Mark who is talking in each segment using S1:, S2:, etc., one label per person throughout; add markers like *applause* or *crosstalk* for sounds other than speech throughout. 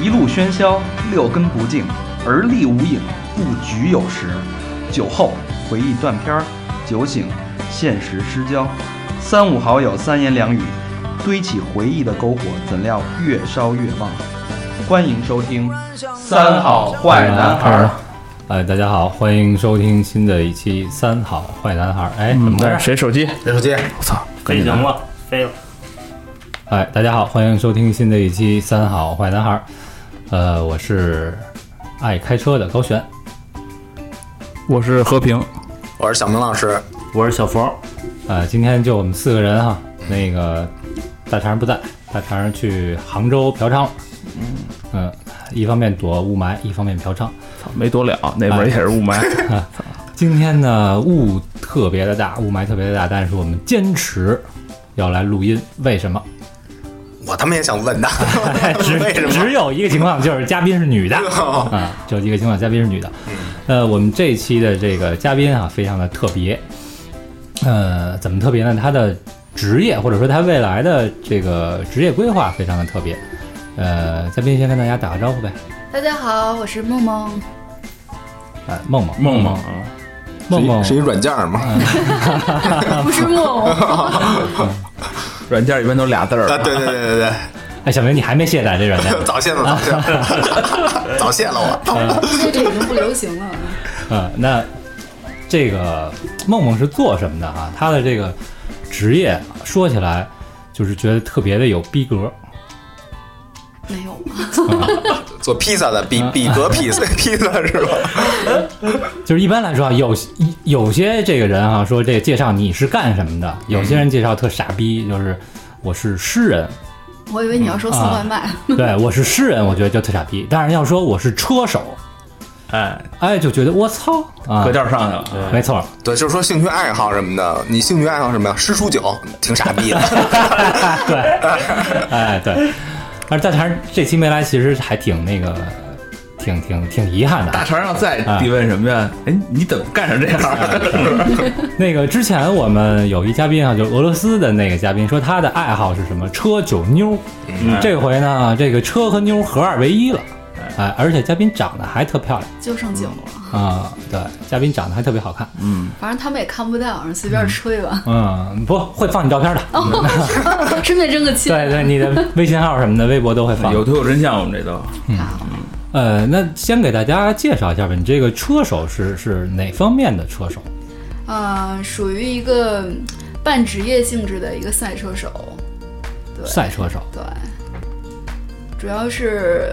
S1: 一路喧嚣，六根不净，而立无影，不局有时。酒后回忆断片儿，酒醒现实失焦。三五好友三言两语，堆起回忆的篝火，怎料越烧越旺。欢迎收听《三好坏男孩儿》。
S2: 哎，大家好，欢迎收听新的一期《三好坏男孩》。哎，
S1: 嗯
S2: 怎么回
S3: 那
S2: 事？
S3: 嗯是谁手机？
S4: 别手机，
S5: 飞行了，飞了。
S2: 哎，大家好，欢迎收听新的一期《三好坏男孩》。呃，我是爱开车的高璇。
S3: 我是和平。
S4: 我是小明老师。
S5: 我是小佛，
S2: 呃，今天就我们四个人哈，那个大肠不在，大肠去杭州嫖娼了。嗯、一方面躲雾霾，一方面嫖娼。
S3: 操没躲了，那边也是雾霾。
S2: 今天呢，雾特别的大，雾霾特别的大，但是我们坚持要来录音，为什么？
S4: 我他妈也想问他，
S2: 哎
S4: *laughs*
S2: *laughs* 只
S4: 为什么？哦
S2: 只有一个情况，就是嘉宾是女的啊，只有一个情况，嘉宾是女的。
S4: 嗯
S2: 呃，我们这一期的这个嘉宾啊，非常的特别。呃，怎么特别呢？他的职业或者说他未来的这个职业规划非常的特别。呃，嘉宾先跟大家打个招呼呗。
S6: 大家好，我是梦梦。
S2: 啊，梦梦，
S3: 梦梦
S2: 梦
S3: 啊，
S2: 梦梦哎
S4: 是一软件吗？
S6: 不是梦，
S3: 软件一般都俩字
S4: 啊，
S3: 儿。
S4: 对对对对
S2: 哎，小明，你还没卸载这软件
S4: 对，？早泄了，早泄了，早泄了
S2: *laughs*
S4: 我。
S6: 现在这已经不流行了。
S2: 呃，那这个梦梦是做什么的啊？她的这个职业说起来，就是觉得特别的有逼格。
S6: 没有，
S4: 做披萨的比
S2: 哎
S4: 比格
S2: *laughs*
S4: 披萨披萨是吧？
S2: 就是一般来说啊，有有些这个人啊，说这介绍你是干什么的，有些人介绍特傻逼，就是我是诗人，
S6: 我以为你要说送外卖。
S2: 对我是诗人，我觉得就特傻逼。但是要说我是车手，
S3: 哎，
S2: 哎，就觉得我操啊
S3: 格，调上去了。
S2: 没错，
S4: 对，就是说兴趣爱好什么的，你兴趣爱好什么呀？诗书酒，挺傻
S2: *laughs*
S4: 逼的。
S2: 对，哎对。而但是这期没来，其实还挺那个，挺挺挺遗憾的啊。
S3: 大肠上再提问什么呀？哎，你怎么干成这样？
S2: 那个之前我们有一嘉宾啊，就是俄罗斯的那个嘉宾，说他的爱好是什么？车、酒、妞。嗯这回呢，啊这个车和妞合二为一了。哎，而且嘉宾长得还特漂亮
S6: 就剩酒了，
S2: 啊、对，嘉宾长得还特别好看，
S6: 反正他们也看不到，随便吹吧。
S2: 嗯，不会放你照片的，嗯
S6: 顺便争个
S2: *laughs*
S6: 亲。
S2: 对对，你的微信号什么的，微博都会放。
S3: *laughs* 有图有真相，我们这都。
S6: 好
S2: 呃，那先给大家介绍一下吧，你这个车手是是哪方面的车手？
S6: 呃，属于一个半职业性质的一个赛车手。对
S2: 赛车手。
S6: 对，主要是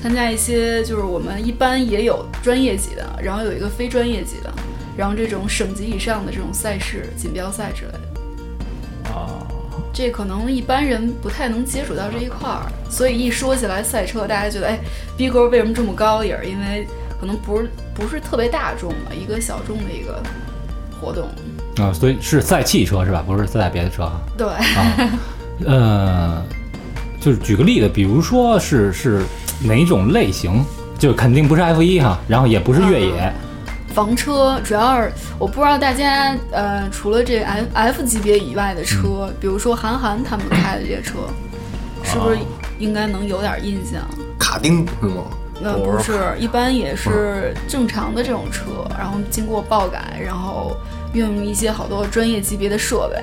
S6: 参加一些就是我们一般也有专业级的，然后有一个非专业级的，然后这种省级以上的这种赛事、锦标赛之类的。
S3: 哦
S6: 这可能一般人不太能接触到这一块儿，所以一说起来赛车，大家觉得哎，逼格为什么这么高？也是因为可能不是不是特别大众吧，一个小众的一个活动。
S2: 啊、所以是赛汽车是吧？不是赛别的车哈。
S6: 对，
S2: 啊，呃，就是举个例子，比如说是是哪种类型，就肯定不是 F 一哈，然后也不是越
S4: 啊
S2: 野，
S6: 房车主要是我不知道大家呃，除了这 F F 级别以外的车，比如说韩寒他们开的这些车，是不是应该能有点印象？
S4: 卡丁是吗？
S6: 那不 *laughs* 是，一般也是嗯正常的这种车，然后经过爆改，然后运用一些好多专业级别的设备，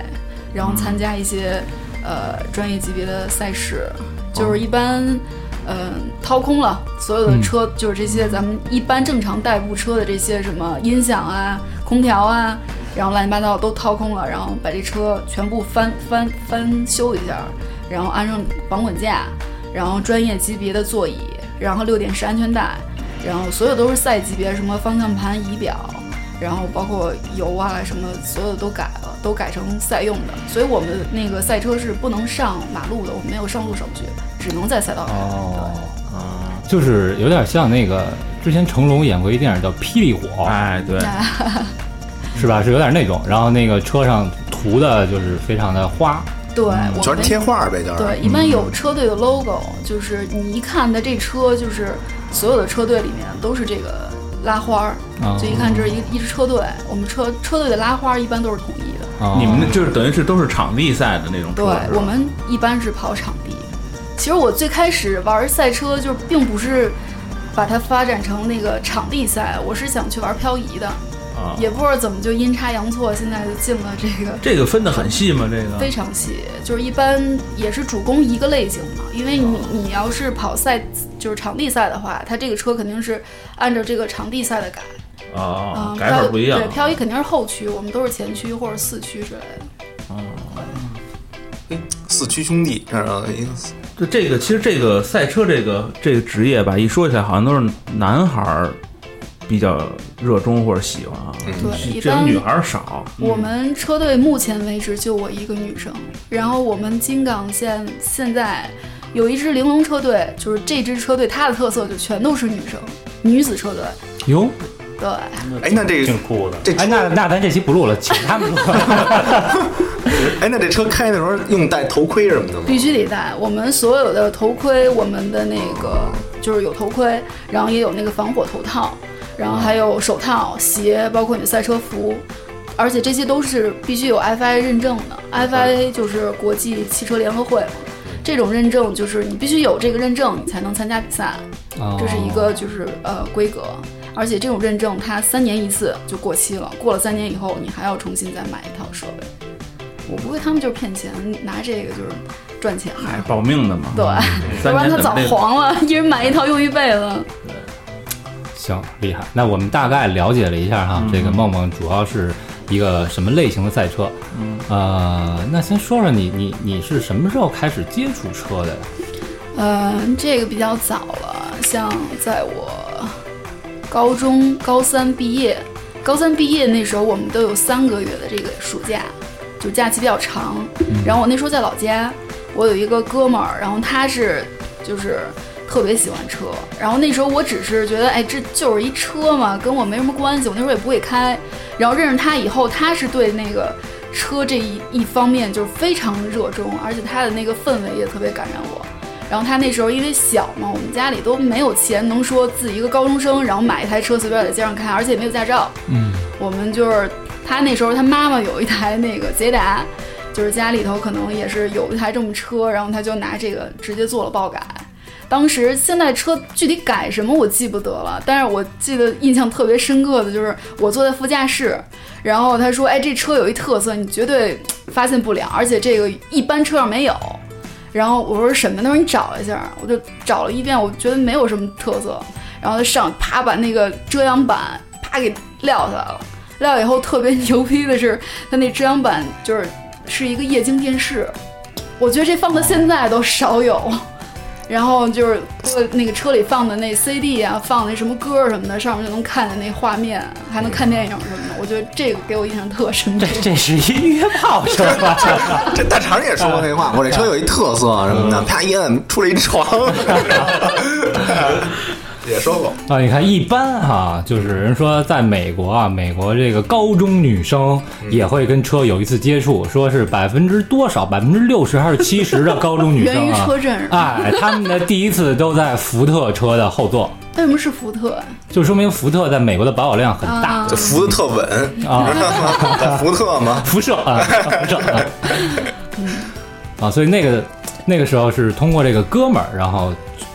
S6: 然后参加一些、呃专业级别的赛事，就是一般嗯、掏空了所有的车，就是这些咱们一般正常代步车的这些什么音响啊、空调啊，然后乱七八糟都掏空了，然后把这车全部翻翻翻修一下，然后安上绑滚架，然后专业级别的座椅，然后六点式安全带，然后所有都是赛级别，什么方向盘、仪表，然后包括油啊什么，所有都改了，都改成赛用的。所以我们那个赛车是不能上马路的，我们没有上路手续，只能在赛道上。
S4: 哦啊
S2: 就是有点像那个之前成龙演过一电影叫《霹雳火》，
S4: 啊
S3: 哎，对，
S2: 是吧？是有点那种，然后那个车上涂的就是非常的花，
S6: 对，我们
S4: 全是贴画呗，就是。
S6: 对，一般有车队的 logo，就是你一看它这车，就是所有的车队里面都是这个拉花儿
S2: 哦，
S6: 就一看这是一一支车队。我们车车队的拉花儿一般都是统一的。
S2: 啊
S3: 你们那就是等于是都是场地赛的那种车。
S6: 对
S3: 是吧
S6: 我们一般是跑场地，其实我最开始玩赛车，就是并不是把它发展成那个场地赛，我是想去玩漂移的，
S3: 啊，
S6: 也不知道怎么就阴差阳错，现在就进了这个
S3: 这个分得很细吗？这
S6: 非
S3: 个
S6: 常细，就是一般也是主攻一个类型嘛，因为
S3: 哦
S6: 你你要是跑赛就是场地赛的话，它这个车肯定是按照这个场地赛的改，
S3: 啊，
S6: 嗯，
S3: 改法
S6: 漂
S3: 不一样
S6: 对，。漂移肯定是后驱，我们都是前驱或者四驱之类的。
S4: 四驱兄弟，哎这样的
S2: 嗯
S4: 一个
S3: 就这个，其实这个赛车这个这个职业吧，一说起来好像都是男孩儿比较热衷或者喜欢啊，
S6: 对，一
S3: 这种
S6: 般
S3: 女孩儿嗯少。
S6: 我们车队目前为止就我一个女生，然后我们金港县现在有一支玲珑车队，就是这支车队它的特色就全都是女生，女子车队。
S2: 哟，
S6: 对，
S4: 哎那这个
S5: 挺酷的，
S4: 这车
S2: 哎，那那咱这期不录了，请他们录。
S4: *laughs* 哎，那这车开的时候用戴头盔什么的吗？
S6: 必须得戴。我们所有的头盔，我们的那个就是有头盔，然后也有那个防火头套，然后还有手套、鞋，包括你的赛车服。而且这些都是必须有 FIA 认证的，FIA
S4: 嗯
S6: 就是国际汽车联合会嘛，这种认证就是你必须有这个认证，你才能参加比赛。
S2: 哦
S6: 这是一个就是呃规格，而且这种认证它三年一次就过期了，过了三年以后你还要重新再买一套设备。我不会，他们就是骗钱，拿这个就是赚钱
S3: 哎，保命的嘛，嗯
S6: 对，要 *laughs*
S3: 三
S6: 不然
S3: 年
S6: 它
S3: 怎
S6: 早
S3: 么这个
S6: 黄了， *laughs* 一人买一套用一辈子。
S2: 行，厉害。那我们大概了解了一下哈，这个梦梦主要是一个什么类型的赛车？嗯，呃，那先说说你你你是什么时候开始接触车的呀？
S6: 呃，这个比较早了，像在我高中高三毕业，高三毕业那时候我们都有三个月的这个暑假，就假期比较长。然后我那时候在老家，我有一个哥们儿，然后他是就是特别喜欢车，然后那时候我只是觉得，哎，这就是一车嘛，跟我没什么关系，我那时候也不会开。然后认识他以后，他是对那个。车这一一方面就是非常热衷，而且他的那个氛围也特别感染我。然后他那时候因为小嘛，我们家里都没有钱，能说自己一个高中生，然后买一台车随便在街上开，而且也没有驾照。
S2: 嗯，
S6: 我们就是他那时候他妈妈有一台那个捷达，就是家里头可能也是有一台这么车，然后他就拿这个直接做了爆改。当时现在车具体改什么我记不得了，但是我记得印象特别深刻的就是我坐在副驾驶，然后他说：“哎，这车有一特色，你绝对发现不了，而且这个一般车上没有。”然后我说什么？他说你找一下，我就找了一遍，我觉得没有什么特色。然后他上啪把那个遮阳板啪给撂下来了，撂以后特别牛逼的是，他那遮阳板就是是一个液晶电视，我觉得这放到现在都少有。然后就是呃那个车里放的那 CD 啊，放那什么歌儿什么的，上面就能看见那画面，还能看电影什么的。我觉得这个给我印象特深刻
S2: *laughs* 这。这是一约炮是吧？
S4: 这大肠也说过那 *laughs* 话，我这车有一特色什么的，啪一摁出来一床， *laughs* 也说过。
S2: *laughs* 啊，你看，一般哈、就是人说在美国啊，美国这个高中女生也会跟车有一次接触，说是百分之多少，百分之六十还是七十的高中女
S6: *laughs* 源
S2: 生
S6: 于
S2: 啊，
S6: 车震，
S2: *laughs* 哎，他们的第一次都在福特车的后座，
S6: 为什么是福特？啊
S2: 就说明福特在美国的保有量很啊大，
S4: 这扶的特稳， *laughs* 你知道吗？福特嘛，
S2: 辐射啊，辐 *laughs* 射啊，啊，所以那个那个时候是通过这个哥们儿，然后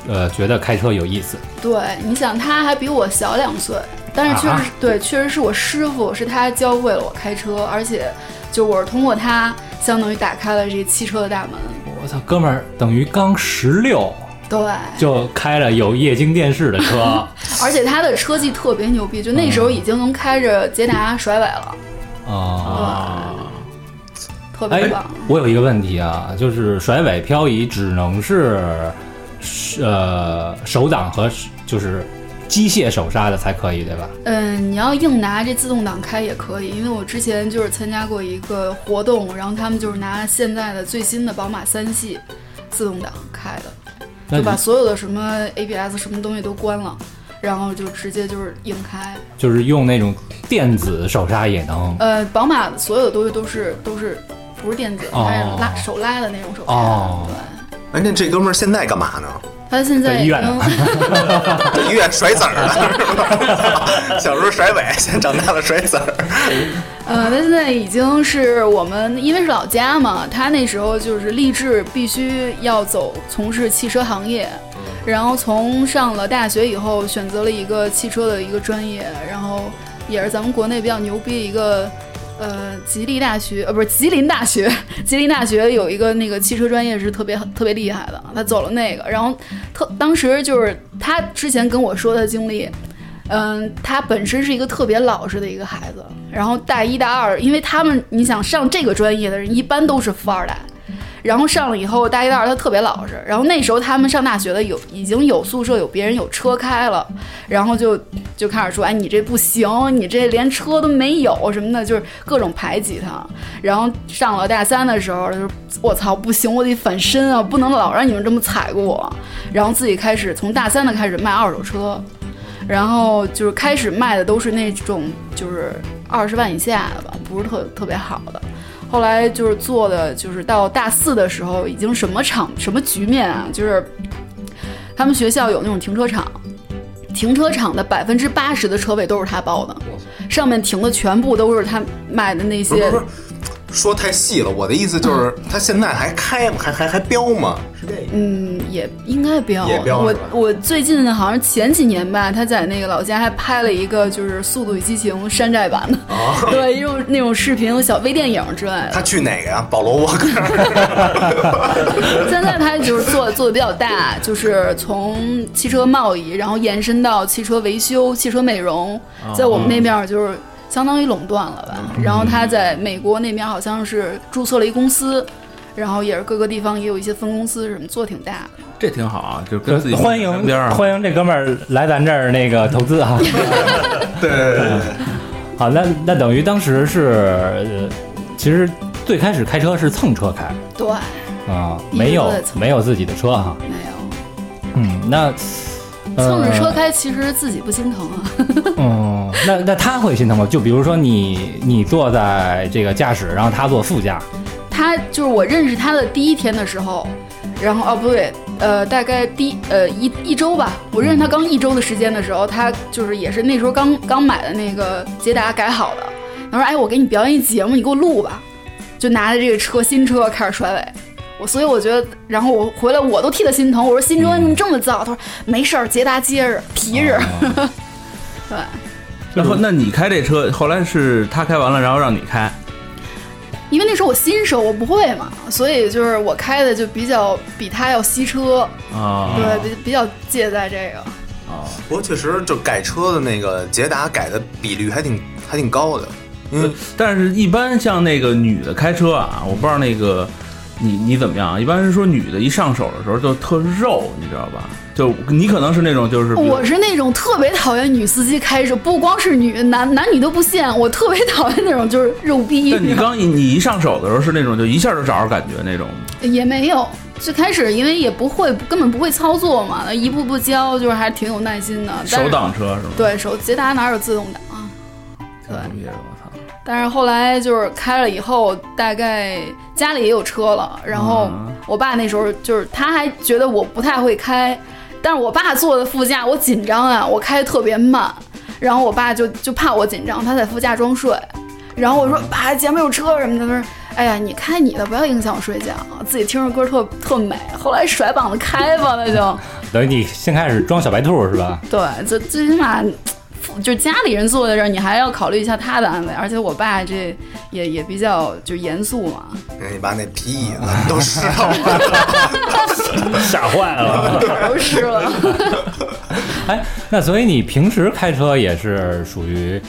S2: 呃觉得开车有意思，
S6: 对，你想他还比我小两岁，但是确实、
S2: 啊
S6: 对，确实是我师傅，是他教会了我开车，而且就我是通过他，相当于打开了这汽车的大门。
S2: 我操，哥们儿等于刚十六
S6: 对，
S2: 就开了有液晶电视的车。
S6: 而且他的车技特别牛逼，就那时
S2: 嗯
S6: 候已经能开着捷达甩尾了，
S2: 啊，
S6: 特别
S2: 哎
S6: 棒。，
S2: 我有一个问题啊，就是甩尾漂移只能是呃手挡和就是机械手刹的才可以，对吧？
S6: 嗯，你要硬拿这自动挡开也可以，因为我之前就是参加过一个活动，然后他们就是拿现在的最新的宝马三系自动挡开的。
S2: 那
S6: 就把
S2: 你
S6: 所有的什么 ABS 什么东西都关了，然后就直接就是硬开。
S2: 就是用那种电子手刹也能。
S6: 呃，宝马所有的东西都是都是不是电子，
S2: 哦
S6: 它是拉手拉的那种手刹。
S2: 哦
S6: 对，
S4: 哎，那这哥们儿现在干嘛呢？
S6: 他现在
S2: 在
S6: 已
S2: 医院
S6: 经
S4: 在医院甩籽儿 *laughs* 呢，小时候甩尾，现在长大了甩籽儿。
S6: 呃，他现在已经是我们，因为是老家嘛，他那时候就是立志必须要走从事汽车行业，然后从上了大学以后选择了一个汽车的一个专业，然后也是咱们国内比较牛逼一个。呃，吉利大学，呃，不是吉林大学， *laughs* 吉林大学有一个那个汽车专业是特别特别厉害的，他走了那个，然后特当时就是他之前跟我说的经历，嗯，他本身是一个特别老实的一个孩子，然后大一大二，因为他们你想上这个专业的人一般都是富二代，然后上了以后大一大二他特别老实，然后那时候他们上大学的有已经有宿舍有别人有车开了，然后就 *laughs* 就开始说哎你这不行，你这连车都没有什么的，就是各种排挤他。然后上了大三的时候，他说我操不行，我得反身啊，不能老让你们这么踩过我，然后自己开始从大三的开始啊卖二手车。然后就是开始卖的都是那种就是二十万以下的吧，不是特特别好的。后来就是做的，就是到大四的时候，已经什么场什么局面啊，就是他们学校有那种停车场，停车场的百分之八十的车位都是他包的，上面停的全部都是他卖的那
S4: 不是
S6: 些
S4: 不是，说太细了。我的意思就是，他现在还开吗？还还还飙吗？是这个。
S6: 嗯，也应该标。
S4: 也标
S6: 我
S4: 是吧
S6: 我最近好像前几年吧，他在那个老家还拍了一个就是《速度与激情》山寨版的，
S4: 哦
S6: *laughs* 对，就是那种视频、小微电影之类的。
S4: 他去哪个呀？保罗沃克。
S6: *laughs* 现在他就是做做的比较大，就是从汽车贸易，然后延伸到汽车维修、汽车美容，
S4: 哦
S6: 在我们那边儿就是相当于垄断了吧。
S4: 嗯
S6: 然后他在美国那边好像是注册了一公司，然后也是各个地方也有一些分公司，什么做挺大的。
S3: 这挺好啊，就跟自己
S2: 呃欢迎
S3: 身边儿啊
S2: 欢迎这哥们儿来咱这儿那个投资啊。
S4: 对对对对，
S2: *laughs* 好，那那等于当时是，呃，其实最开始开车是蹭车开
S4: 嗯
S6: 对，
S2: 啊，
S6: 一直
S2: 没有
S6: 都在蹭
S2: 没有自己的车哈。
S6: 没有
S2: 嗯，那
S6: *laughs* 蹭着车
S2: 呃
S6: 开，其实自己不心疼啊。 *laughs*
S2: 嗯，那那他会心疼吗？就比如说你你坐在这个驾驶，然后他坐副驾，
S6: 他就是我认识他的第一天的时候，然后哦不对，呃，大概第呃一一周吧，我认识他刚一周的时间的时候，他就是也是那时候刚刚买的那个捷达改好的，他说哎我给你表演一节目，你给我录吧，就拿着这个车新车开始甩尾。我所以我觉得，然后我回来我都替他心疼。我说新车你这么造，他说没事儿，捷达结实皮实。 *laughs* 对，
S3: 然后，那你开这车，后来是他开完了，然后让你开，
S6: 因为那时候我新手，我不会嘛，所以就是我开的就比较比他要吸车，
S3: 啊，
S6: 对，比比较介在这个。
S4: 不过确实，就改车的那个捷达改的比率还挺还挺高的。嗯，
S3: 但是，一般像那个女的开车啊，我不知道那个你你怎么样啊。一般是说女的一上手的时候就特肉，你知道吧？就你可能是那种就是比如
S6: 我是那种特别讨厌女司机开车，不光是女，男男女都不限。我特别讨厌那种就是肉逼
S3: 但，你刚一你一上手的时候是那种就一下就找着感觉那种，
S6: 也没有。最开始因为也不会，根本不会操作嘛，一步步教，就是还挺有耐心的。但是
S3: 手挡车是吗？
S6: 对手捷达哪有自动挡啊？
S3: 挺牛逼的，我操！
S6: 但是后来就是开了以后，大概家里也有车了，然后我爸那时候就是他还觉得我不太会开，但是我爸坐的副驾我紧张啊，我开的特别慢，然后我爸就就怕我紧张，他在副驾装睡，然后我说爸前面有车什么的，他说哎呀你开你的不要影响我睡觉，自己听着歌特特美，后来甩膀子开吧那就。
S2: 等于你先开始装小白兔是吧？
S6: 对，最最起码，父就家里人坐在这儿，你还要考虑一下他的安危。而且我爸这也也比较就严肃嘛，
S4: 哎你把那皮椅子都湿了。
S5: 吓坏了。
S6: 都湿了。
S2: 哎，那所以你平时开车也是属于，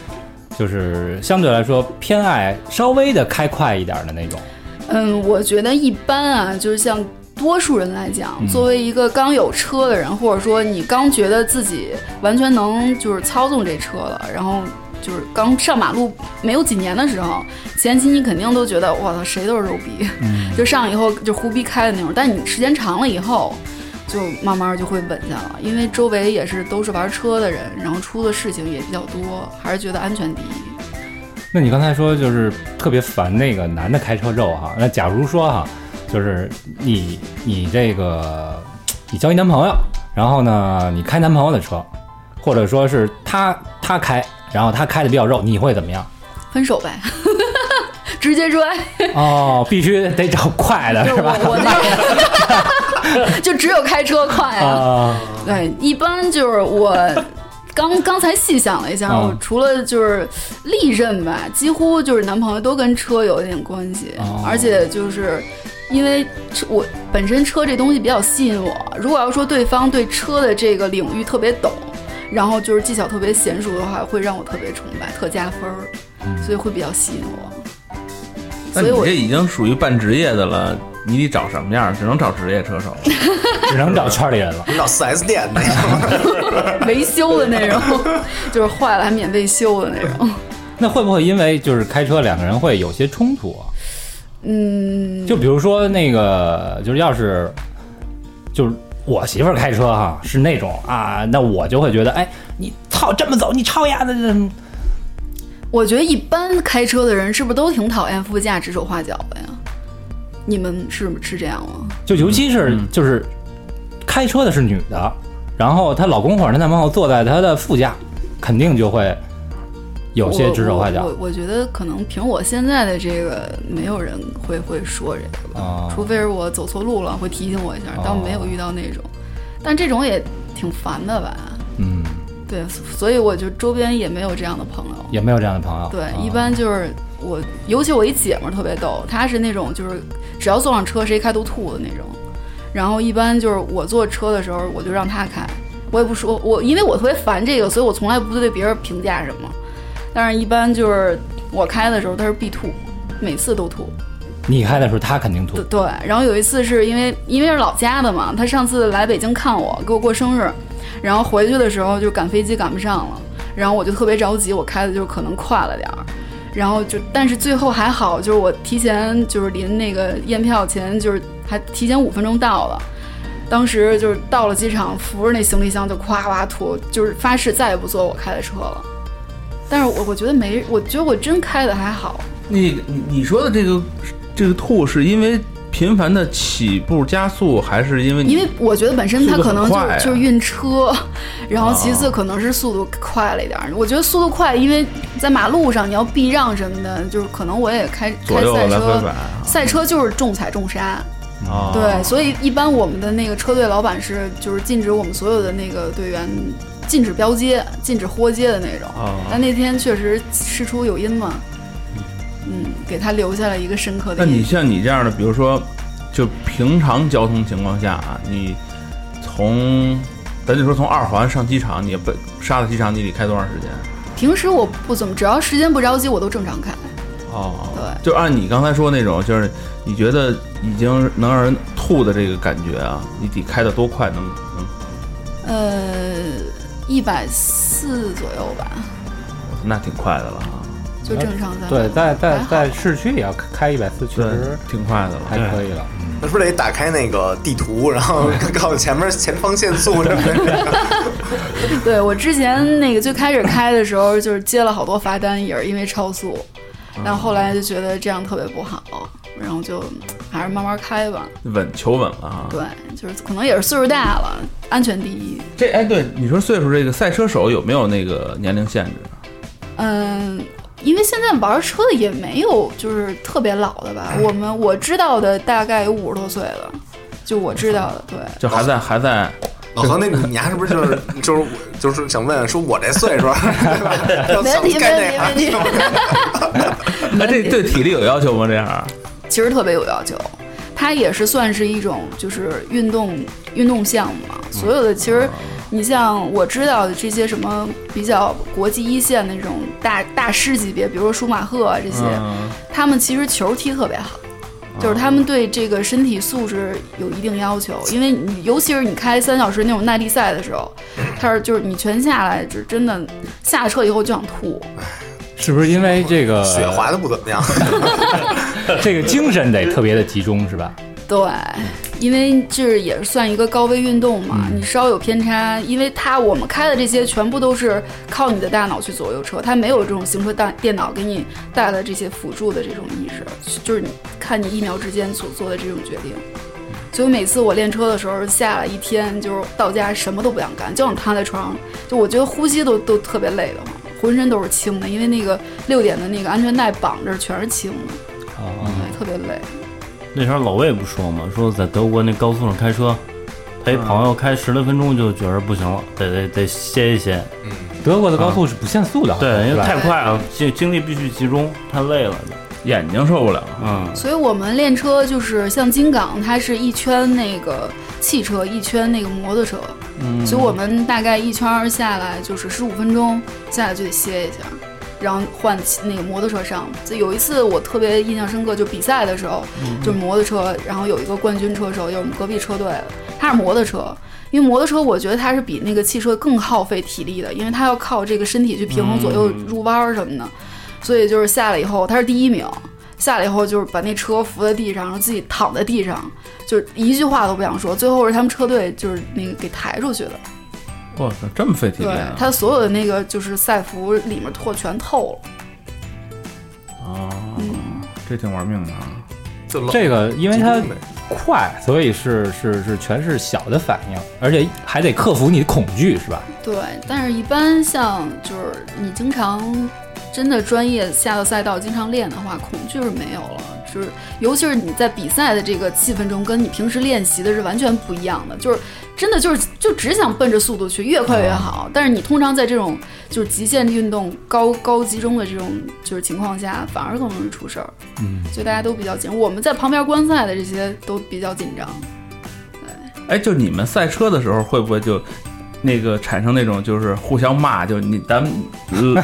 S2: 就是相对来说偏爱稍微的开快一点的那种。
S6: 嗯，我觉得一般啊，就是像多数人来讲，作为一个刚有车的人，或者说你刚觉得自己完全能就是操纵这车了，然后。就是刚上马路没有几年的时候，前期你肯定都觉得我操谁都是肉逼， *laughs* 就上以后就胡逼开的那种。但你时间长了以后，就慢慢就会稳下了，因为周围也是都是玩车的人，然后出的事情也比较多，还是觉得安全第一。
S2: 那你刚才说就是特别烦那个男的开车肉哈，那假如说哈，就是你你这个你交一男朋友，然后呢你开男朋友的车，或者说是他他开，然后他开的比较肉，你会怎么样？
S6: 分手呗， *laughs* 直接追，
S2: 哦，必须得找快的
S6: 就是我 *laughs*
S2: 吧？
S6: 我那就只有开车快啊。
S2: 啊，
S6: 对，一般就是我刚刚才细想了一下，
S2: 嗯
S6: 我除了就是历任吧，几乎就是男朋友都跟车有一点关系，
S2: 哦
S6: 而且就是。因为车我本身车这东西比较吸引我，如果要说对方对车的这个领域特别懂，然后就是技巧特别娴熟的话，会让我特别崇拜，特加分儿，所以会比较吸引我。
S3: 那
S6: 所
S3: 你
S6: 以我
S3: 这已经属于半职业的了，你得找什么样？只能找职业车手。
S2: 只能找圈里人了。
S4: 你到四 S 店那 *laughs* 种，
S6: 维修的那种， *laughs* 就是坏了还免费修的那种。
S2: 那会不会因为就是开车两个人会有些冲突啊？
S6: 嗯，
S2: 就比如说那个，就是要是就是我媳妇儿开车哈，是那种啊，那我就会觉得，哎，你操这么走，你超丫的，这
S6: 我觉得一般开车的人是不是都挺讨厌副驾指手画脚的呀？你们是是这样吗？
S2: 就尤其是就是开车的是女的，然后她老公或者她男朋友坐在她的副驾，肯定就会有些指手画脚
S6: 我我我我觉得可能凭我现在的这个，没有人会会说这个吧，
S2: 啊。
S6: 除非是我走错路了会提醒我一下，倒
S2: 哦
S6: 没有遇到那种。但这种也挺烦的吧？
S2: 嗯，
S6: 对，所以我就周边也没有这样的朋友。
S2: 也没有这样的朋友。
S6: 对
S2: 啊，
S6: 一般就是我，尤其我一姐们儿特别逗，她是那种就是只要坐上车谁开都吐的那种。然后一般就是我坐车的时候，我就让她开，我也不说，我因为我特别烦这个，所以我从来不对别人评价什么。但是，一般就是我开的时候，她是必吐，每次都吐。
S2: 你开的时候，她肯定吐
S6: 对。对，然后有一次是因为因为是老家的嘛，他上次来北京看我，给我过生日，然后回去的时候就赶飞机赶不上了，然后我就特别着急，我开的就可能快了点儿，然后就但是最后还好，就是我提前就是临那个验票前就是还提前五分钟到了。当时就是到了机场，扶着那行李箱就夸夸吐，就是发誓再也不坐我开的车了。但是我我觉得没，我觉得我真开的还好，
S3: 你你你说的这个这个吐是因为频繁的起步加速，还是因为你
S6: 因为我觉得本身他可能
S3: 嗯速度
S6: 就
S3: 很快啊
S6: 就是晕车，然后其次
S3: 啊
S6: 可能是速度快了一点儿。我觉得速度快，因为在马路上你要避让什么的，就是可能我也开
S3: 左
S6: 开
S3: 右
S6: 赛
S3: 来回
S6: 车
S3: 摆，啊
S6: 赛车就是重踩重刹，
S3: 啊？
S6: 对，所以一般我们的那个车队老板是就是禁止我们所有的那个队员禁止飙街、禁止豁街的那种。
S3: 啊
S6: 但那天确实事出有因嘛，嗯，给他留下了一个深刻
S3: 那
S6: 的印
S3: 你
S6: 象。
S3: 像你这样的，比如说，就平常交通情况下啊，你从咱就说从二环上机场，你奔杀到机场，你得开多长时间？
S6: 平时我不怎么，只要时间不着急，我都正常开。
S3: 哦，就按你刚才说那种，就是你觉得已经能让人吐的这个感觉啊，你得开的多快能能？
S6: 呃，一百四左右吧，
S3: 那挺快的了啊，
S6: 就正常在。
S2: 对，在在
S6: 还好
S2: 在市区也要开一百四，确实
S3: 挺快的
S2: 还
S3: 了。
S2: 可以了。
S4: 那不是得打开那个地图，然后告诉前面前方限速什么 *laughs* 的？
S6: 对我之前那个最开始开的时候，就是接了好多罚单，也是因为超速，但后来就觉得这样特别不好，然后就嗯还是慢慢开吧。
S3: 稳求稳了啊！
S6: 对，就是可能也是岁数大了，安全第一。
S3: 这哎，对你说岁数这个赛车手有没有那个年龄限制？啊
S6: 嗯，因为现在玩车的也没有就是特别老的吧，我们我知道的大概有五十多岁了，就我知道
S4: *laughs*
S6: 的，对。
S3: 就还在还在
S4: 老何，那你丫是不是就是就是我就是想问，说我这岁 *laughs* 数，对吧？要
S6: 没
S4: 想
S6: 问题，
S4: 干
S6: 没
S4: 这行
S6: 问题，没问题。
S3: 哎，这对体力有要求吗？这样
S6: 其实特别有要求。它也是算是一种就是运动运动项目嘛，所有的其实你像我知道的这些什么比较国际一线那种大大师级别，比如说舒马赫啊这些，
S3: 嗯，
S6: 他们其实球踢特别好，就是他们对这个身体素质有一定要求，因为你尤其是你开三小时那种耐力赛的时候，他是就是你全下来，就真的下了车以后就想吐，
S2: 是不是因为这个
S4: 雪滑的不怎么样，
S2: *laughs* 这个精神得特别的集中，是吧？
S6: 对，因为这也是算一个高危运动嘛，你稍有偏差，因为它我们开的这些全部都是靠你的大脑去左右车，它没有这种行车大电脑给你带来这些辅助的这种意识，就是你看你一秒之间所做的这种决定。所以每次我练车的时候，下了一天，就是到家什么都不想干，就想躺在床上，就我觉得呼吸都都特别累的慌，浑身都是轻的，因为那个六点的那个安全带绑着全是轻的，
S5: 啊，
S6: 特别累。
S5: 那时候老魏不说嘛，说在德国那高速上开车，陪朋友开十来分钟就觉得不行了，得得得歇一歇。
S2: 德国的高速是不限速的，
S5: 对，因
S2: 是
S5: 为
S2: 吧 *laughs*
S5: 太快了，精精力必须集中，太累了。
S3: 眼睛受不了。
S5: 嗯，
S6: 所以我们练车就是像金港，它是一圈那个汽车，一圈那个摩托车，
S5: 嗯
S6: 所以我们大概一圈儿下来就是十五分钟，下来就得歇一下，然后换骑那个摩托车上。就有一次我特别印象深刻，就比赛的时候，就是摩托车，然后有一个冠军车手，就是我们隔壁车队的，他是摩托车。因为摩托车，我觉得它是比那个汽车更耗费体力的，因为它要靠这个身体去平衡左右入弯儿什么的，所以就是下来以后，他是第一名。下来以后就是把那车扶在地上，然后自己躺在地上，就是一句话都不想说。最后是他们车队就是那个给抬出去的，
S3: 我操，这么费体力
S6: 对
S3: 啊！
S6: 他所有的那个就是赛服里面脱全透了。
S3: 啊，这挺玩命的啊！
S4: 就老
S2: 这个，因为
S4: 集
S2: 它
S4: 中呗
S2: 快，所以是是是全是小的反应，而且还得克服你的恐惧，是吧？
S6: 对，但是一般像就是你经常真的专业下了赛道经常练的话，恐惧是没有了。就是，尤其是你在比赛的这个气氛中，跟你平时练习的是完全不一样的。就是真的就是就只想奔着速度去，越快越好。但是你通常在这种就是极限运动高高集中的这种就是情况下，反而更容易出事儿。
S2: 嗯，
S6: 所以大家都比较紧张。我们在旁边观赛的这些都比较紧张。
S3: 哎，就你们赛车的时候会不会就那个产生那种就是互相骂，就你咱们、
S6: *laughs*
S3: 呃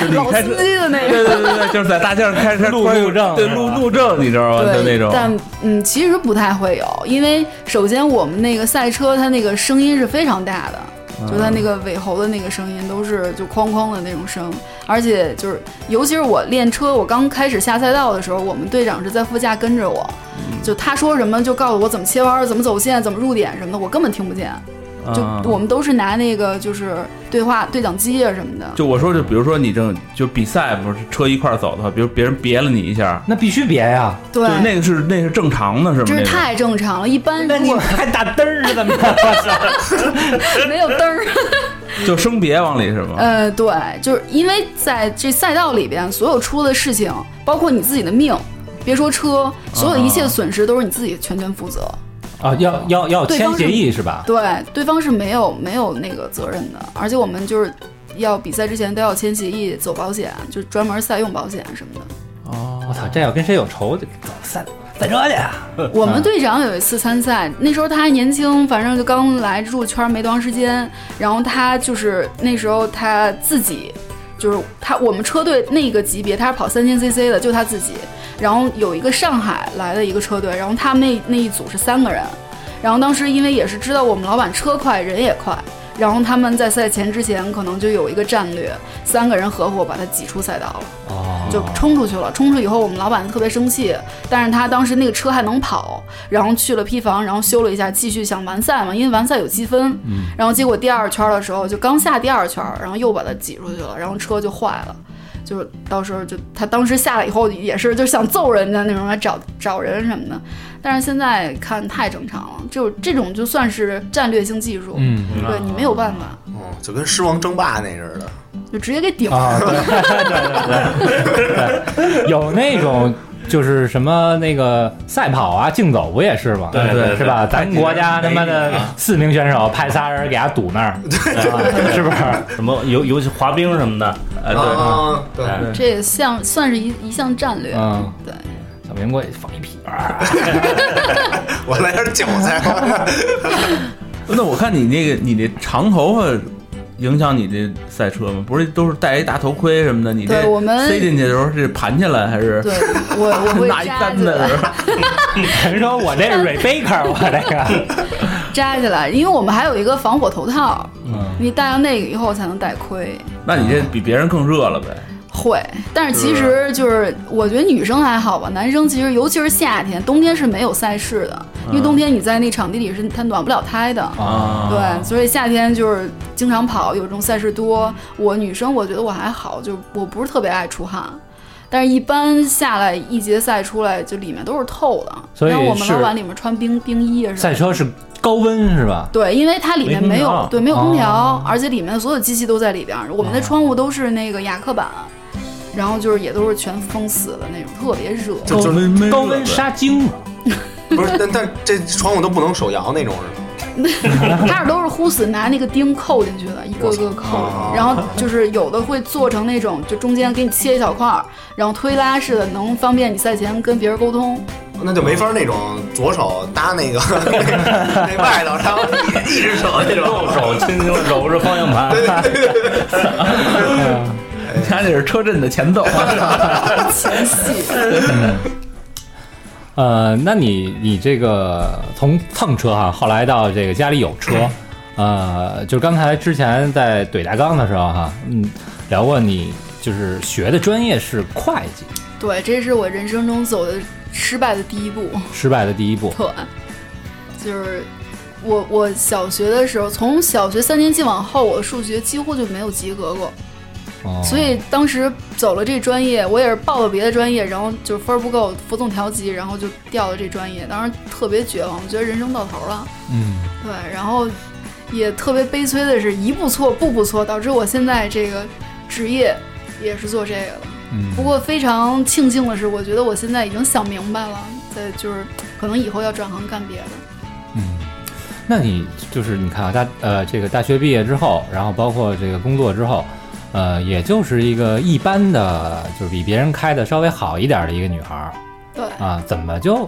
S3: 就你
S6: 老
S3: 开
S6: 司
S3: 车。
S6: 机的那
S3: 对
S6: 个。
S3: 对对对，就是在大街上开车
S2: 路
S3: 突然有
S2: 路政
S3: 对
S2: 是
S3: 路
S2: 吧
S3: 路政，你知道吗？就
S6: 对，
S3: 那种，
S6: 但嗯，其实不太会有，因为首先我们那个赛车，它那个声音是非常大的，就
S3: 嗯
S6: 它那个尾喉的那个声音都是就哐哐的那种声，而且就是尤其是我练车，我刚开始下赛道的时候，我们队长是在副驾跟着我，
S3: 嗯
S6: 就他说什么就告诉我怎么切弯、怎么走线、怎么入点什么的，我根本听不见。就
S3: 啊
S6: 我们都是拿那个就是对话对讲机啊什么的，
S3: 就我说，就比如说你正就比赛，不是车一块儿走的话，比如别人别了你一下，
S2: 那必须别呀！
S6: 对
S3: 就，那个是那是正常的，是吗？
S6: 这
S3: 那
S6: 是
S3: 个
S6: 太正常了。一般
S2: 那
S6: 如
S2: 你
S6: 果
S2: 还打嘚儿是怎
S6: *laughs*
S2: 么着？
S6: 没有灯儿。
S3: 就生别往里是吗？
S6: 呃，对，就是因为在这赛道里边，所有出的事情，包括你自己的命，别说车，所有一切损失都是你自己全权负责。
S2: 啊，要要要
S6: 对
S2: 签
S6: 方是
S2: 协议是吧？
S6: 对，对方是没有没有那个责任的，而且我们就是要比赛之前都要签协议，走保险，就是专门赛用保险什么的。
S2: 我操，这要跟谁有仇得走散散车去啊！
S6: 我们队长有一次参赛，那时候他还年轻，反正就刚来入圈没多长时间。然后他就是那时候他自己，就是他我们车队那个级别，他是跑三千 CC 的，就他自己。然后有一个上海来的一个车队，然后他们那那一组是三个人。然后当时因为也是知道我们老板车快人也快，然后他们在赛前之前可能就有一个战略，三个人合伙把他挤出赛道了。
S2: 哦
S6: 就冲出去了。冲出以后，我们老板特别生气，但是他当时那个车还能跑，然后去了坯房，然后修了一下，继续想完赛嘛，因为完赛有积分。
S2: 嗯
S6: 然后结果第二圈的时候，就刚下第二圈，然后又把他挤出去了，然后车就坏了。就是到时候就他当时下来以后也是就想揍人家那种，还找找人什么的，但是现在看太正常了，就这种就算是战略性技术，
S2: 嗯
S6: 对你没有办法，
S4: 嗯，就跟狮王争霸那似的，
S6: 就直接给顶了。
S2: 啊， *laughs* 对对对对， *laughs* 有那种。就是什么那个赛跑啊，竞走不也是吗？
S5: 对对对
S2: 是吧？咱们国啊家他妈的四名选手派仨人给他堵那儿，啊是不是？
S5: 什么游游戏滑冰什么的，
S3: 哎，对，
S4: 啊，对，
S2: 哎
S6: 这也像算是一一项战略，
S2: 嗯
S6: 对。
S2: 小明给我放一屁，啊 *laughs*
S4: 我来点韭菜吧，
S3: 那我看你那个你那长头发影响你这赛车吗？不是都是戴一大头盔什么的，你这
S6: 对我们
S3: 塞进去的时候是盘起来还是
S6: 对我
S3: *laughs*
S6: 我会
S3: 拿一
S6: 扎
S3: 杆
S6: 起
S3: 子是
S6: 来，
S3: *laughs*
S6: *laughs*
S3: 吧？
S2: 人说我这是 Rebecca，我这个，
S6: 扎起来，因为我们还有一个防火头套，你戴上那个以后才能戴盔。
S3: 那你这比别人更热了呗？
S6: 会，但是其实就是我觉得女生还好吧，男生其实尤其是夏天，冬天是没有赛事的，因为冬天你在那场地里是它暖不了胎的。
S3: 啊，
S6: 对，所以夏天就是经常跑，有这种赛事多。我女生我觉得我还好，就我不是特别爱出汗，但是一般下来一节赛出来就里面都是透的，
S2: 所以
S6: 然后我们
S2: 是
S6: 老板里面穿冰冰衣啊什
S2: 赛
S6: 么的。
S2: 车是高温是吧？
S6: 对，因为它里面
S3: 没空
S6: 没有
S2: 啊
S3: 调
S6: 对没有空调，
S2: 哦
S6: 而且里面所有机器都在里边儿。我
S2: 啊
S6: 们的窗户都是那个雅克板，然后就是也都是全封死的那种，特别热。
S4: 就就
S3: 温
S2: 高温杀精嘛，
S4: 不是，但但这窗户都不能手摇那种是吗？
S6: 开始都是呼死拿那个钉扣进去的，一个个扣
S4: 哦，
S6: 然后就是有的会做成那种，就中间给你切一小块儿，然后推拉式的，能方便你赛前跟别人沟通。
S4: 那就没法那种左手
S2: *laughs*
S4: 搭那个那外头，然后一只手那种。
S5: 手轻轻地揉着方向盘，
S3: *laughs*
S2: 嗯
S3: 他那是车震的前奏， *laughs*
S6: 前戏，
S2: 呃，那你你这个从蹭车哈、后来到这个家里有
S6: 嗯
S2: 车，呃，就是刚才之前在怼大纲的时候哈、嗯，聊过你就是学的专业是会计，
S6: 对，这是我人生中走的失败的第一步。
S2: 失败的第一步，
S6: 特案，就是我我小学的时候，从小学三年级往后，我的数学几乎就没有及格过。
S2: 哦、
S6: 所以当时走了这专业，我也是报了别的专业，然后就分儿不够，服从调剂，然后就调了这专业，当时特别绝望，我觉得人生到头了。
S2: 嗯，
S6: 对，然后也特别悲催的是，一步错步步错，导致我现在这个职业也是做这个的。
S2: 嗯
S6: 不过非常庆幸的是，我觉得我现在已经想明白了，在就是可能以后要转行干别的。
S2: 嗯，那你就是你看啊，大呃，这个大学毕业之后，然后包括这个工作之后，呃，也就是一个一般的，就是比别人开的稍微好一点的一个女孩儿
S6: 对，
S2: 啊，怎么就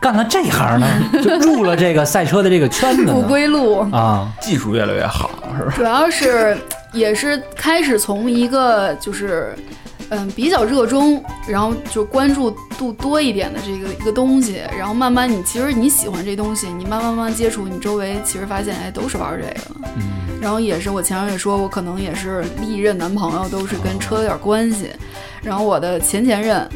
S2: 干了这行呢？就入了这个赛车的这个圈子
S6: 不
S2: 呢？
S6: 归路。
S2: 啊，
S3: 技术越来越好，是吧？
S6: 主要是也是开始从一个就是嗯比较热衷，然后就关注度多一点的这个一个东西，然后慢慢你其实你喜欢这东西，你慢慢慢慢接触，你周围其实发现哎都是玩这个的。
S2: 嗯，
S6: 然后也是我前面也说，我可能也是历任男朋友都是跟车有点关系，然后我的前前任。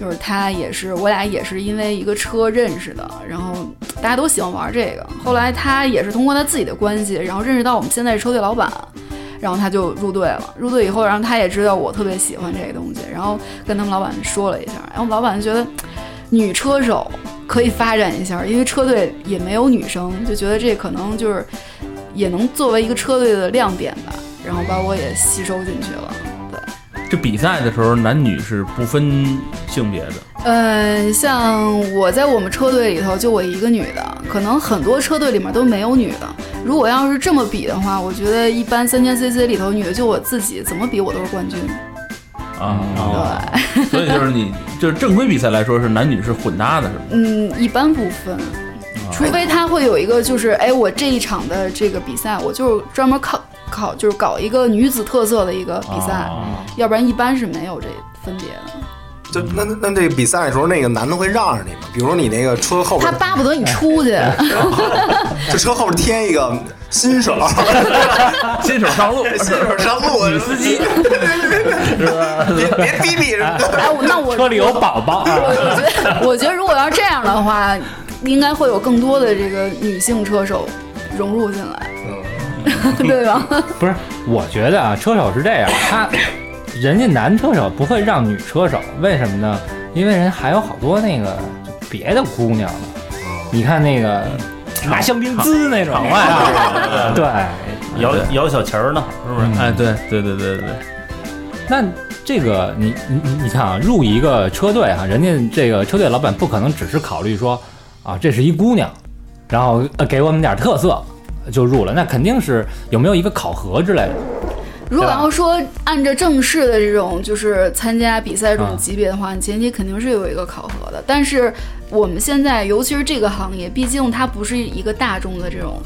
S6: 就是他也是，我俩也是因为一个车认识的，然后大家都喜欢玩这个。后来他也是通过他自己的关系，然后认识到我们现在车队老板，然后他就入队了。入队以后，然后他也知道我特别喜欢这个东西，然后跟他们老板说了一下，然后我们老板觉得女车手可以发展一下，因为车队也没有女生，就觉得这可能就是也能作为一个车队的亮点吧。然后把我也吸收进去了。
S3: 这比赛的时候，男女是不分性别的，
S6: 嗯，像我在我们车队里头就我一个女的，可能很多车队里面都没有女的。如果要是这么比的话，我觉得一般三千 CC 里头女的就我自己，怎么比我都是冠军。
S3: 啊，所以就是你就是正规比赛来说是男女是混搭的，是吧？
S6: 嗯，一般不分，除非他会有一个就是，哎，我这一场的这个比赛，我就是专门考考，就是搞一个女子特色的一个比赛，
S3: 啊
S6: 嗯要不然一般是没有这分别的。
S4: 就那那那这个比赛的时候，那个男的会让着你吗？比如你那个车后
S6: 他
S4: 边，
S6: 巴不得你出 *laughs* 去，哎
S4: 这车后边贴一个新手，
S3: 新手上 *laughs* 路，
S4: 新手上路，女司机，别别逼逼人。
S6: 哎，我那我
S2: 车里有宝宝啊，
S6: 我觉得， *laughs* 我觉得如果要是这样的话，应该会有更多的这个女性车手融入进来， *laughs* 对吧？
S2: 不是，我觉得啊，车手是这样，他人家男车手不会让女车手，为什么呢？因为人还有好多那个就别的姑娘呢。你看那个拿香槟滋那种，啊， *laughs* 对，
S5: 摇摇小旗儿呢，是不是？
S3: 哎，对对对对对，
S2: 那这个你你你你看啊，入一个车队啊，人家这个车队老板不可能只是考虑说啊，这是一姑娘，然后呃给我们点特色就入了，那肯定是有没有一个考核之类的。
S6: 如果要说按照正式的这种就是参加比赛这种级别的话，你前期肯定是有一个考核的。但是我们现在，尤其是这个行业，毕竟它不是一个大众的这种。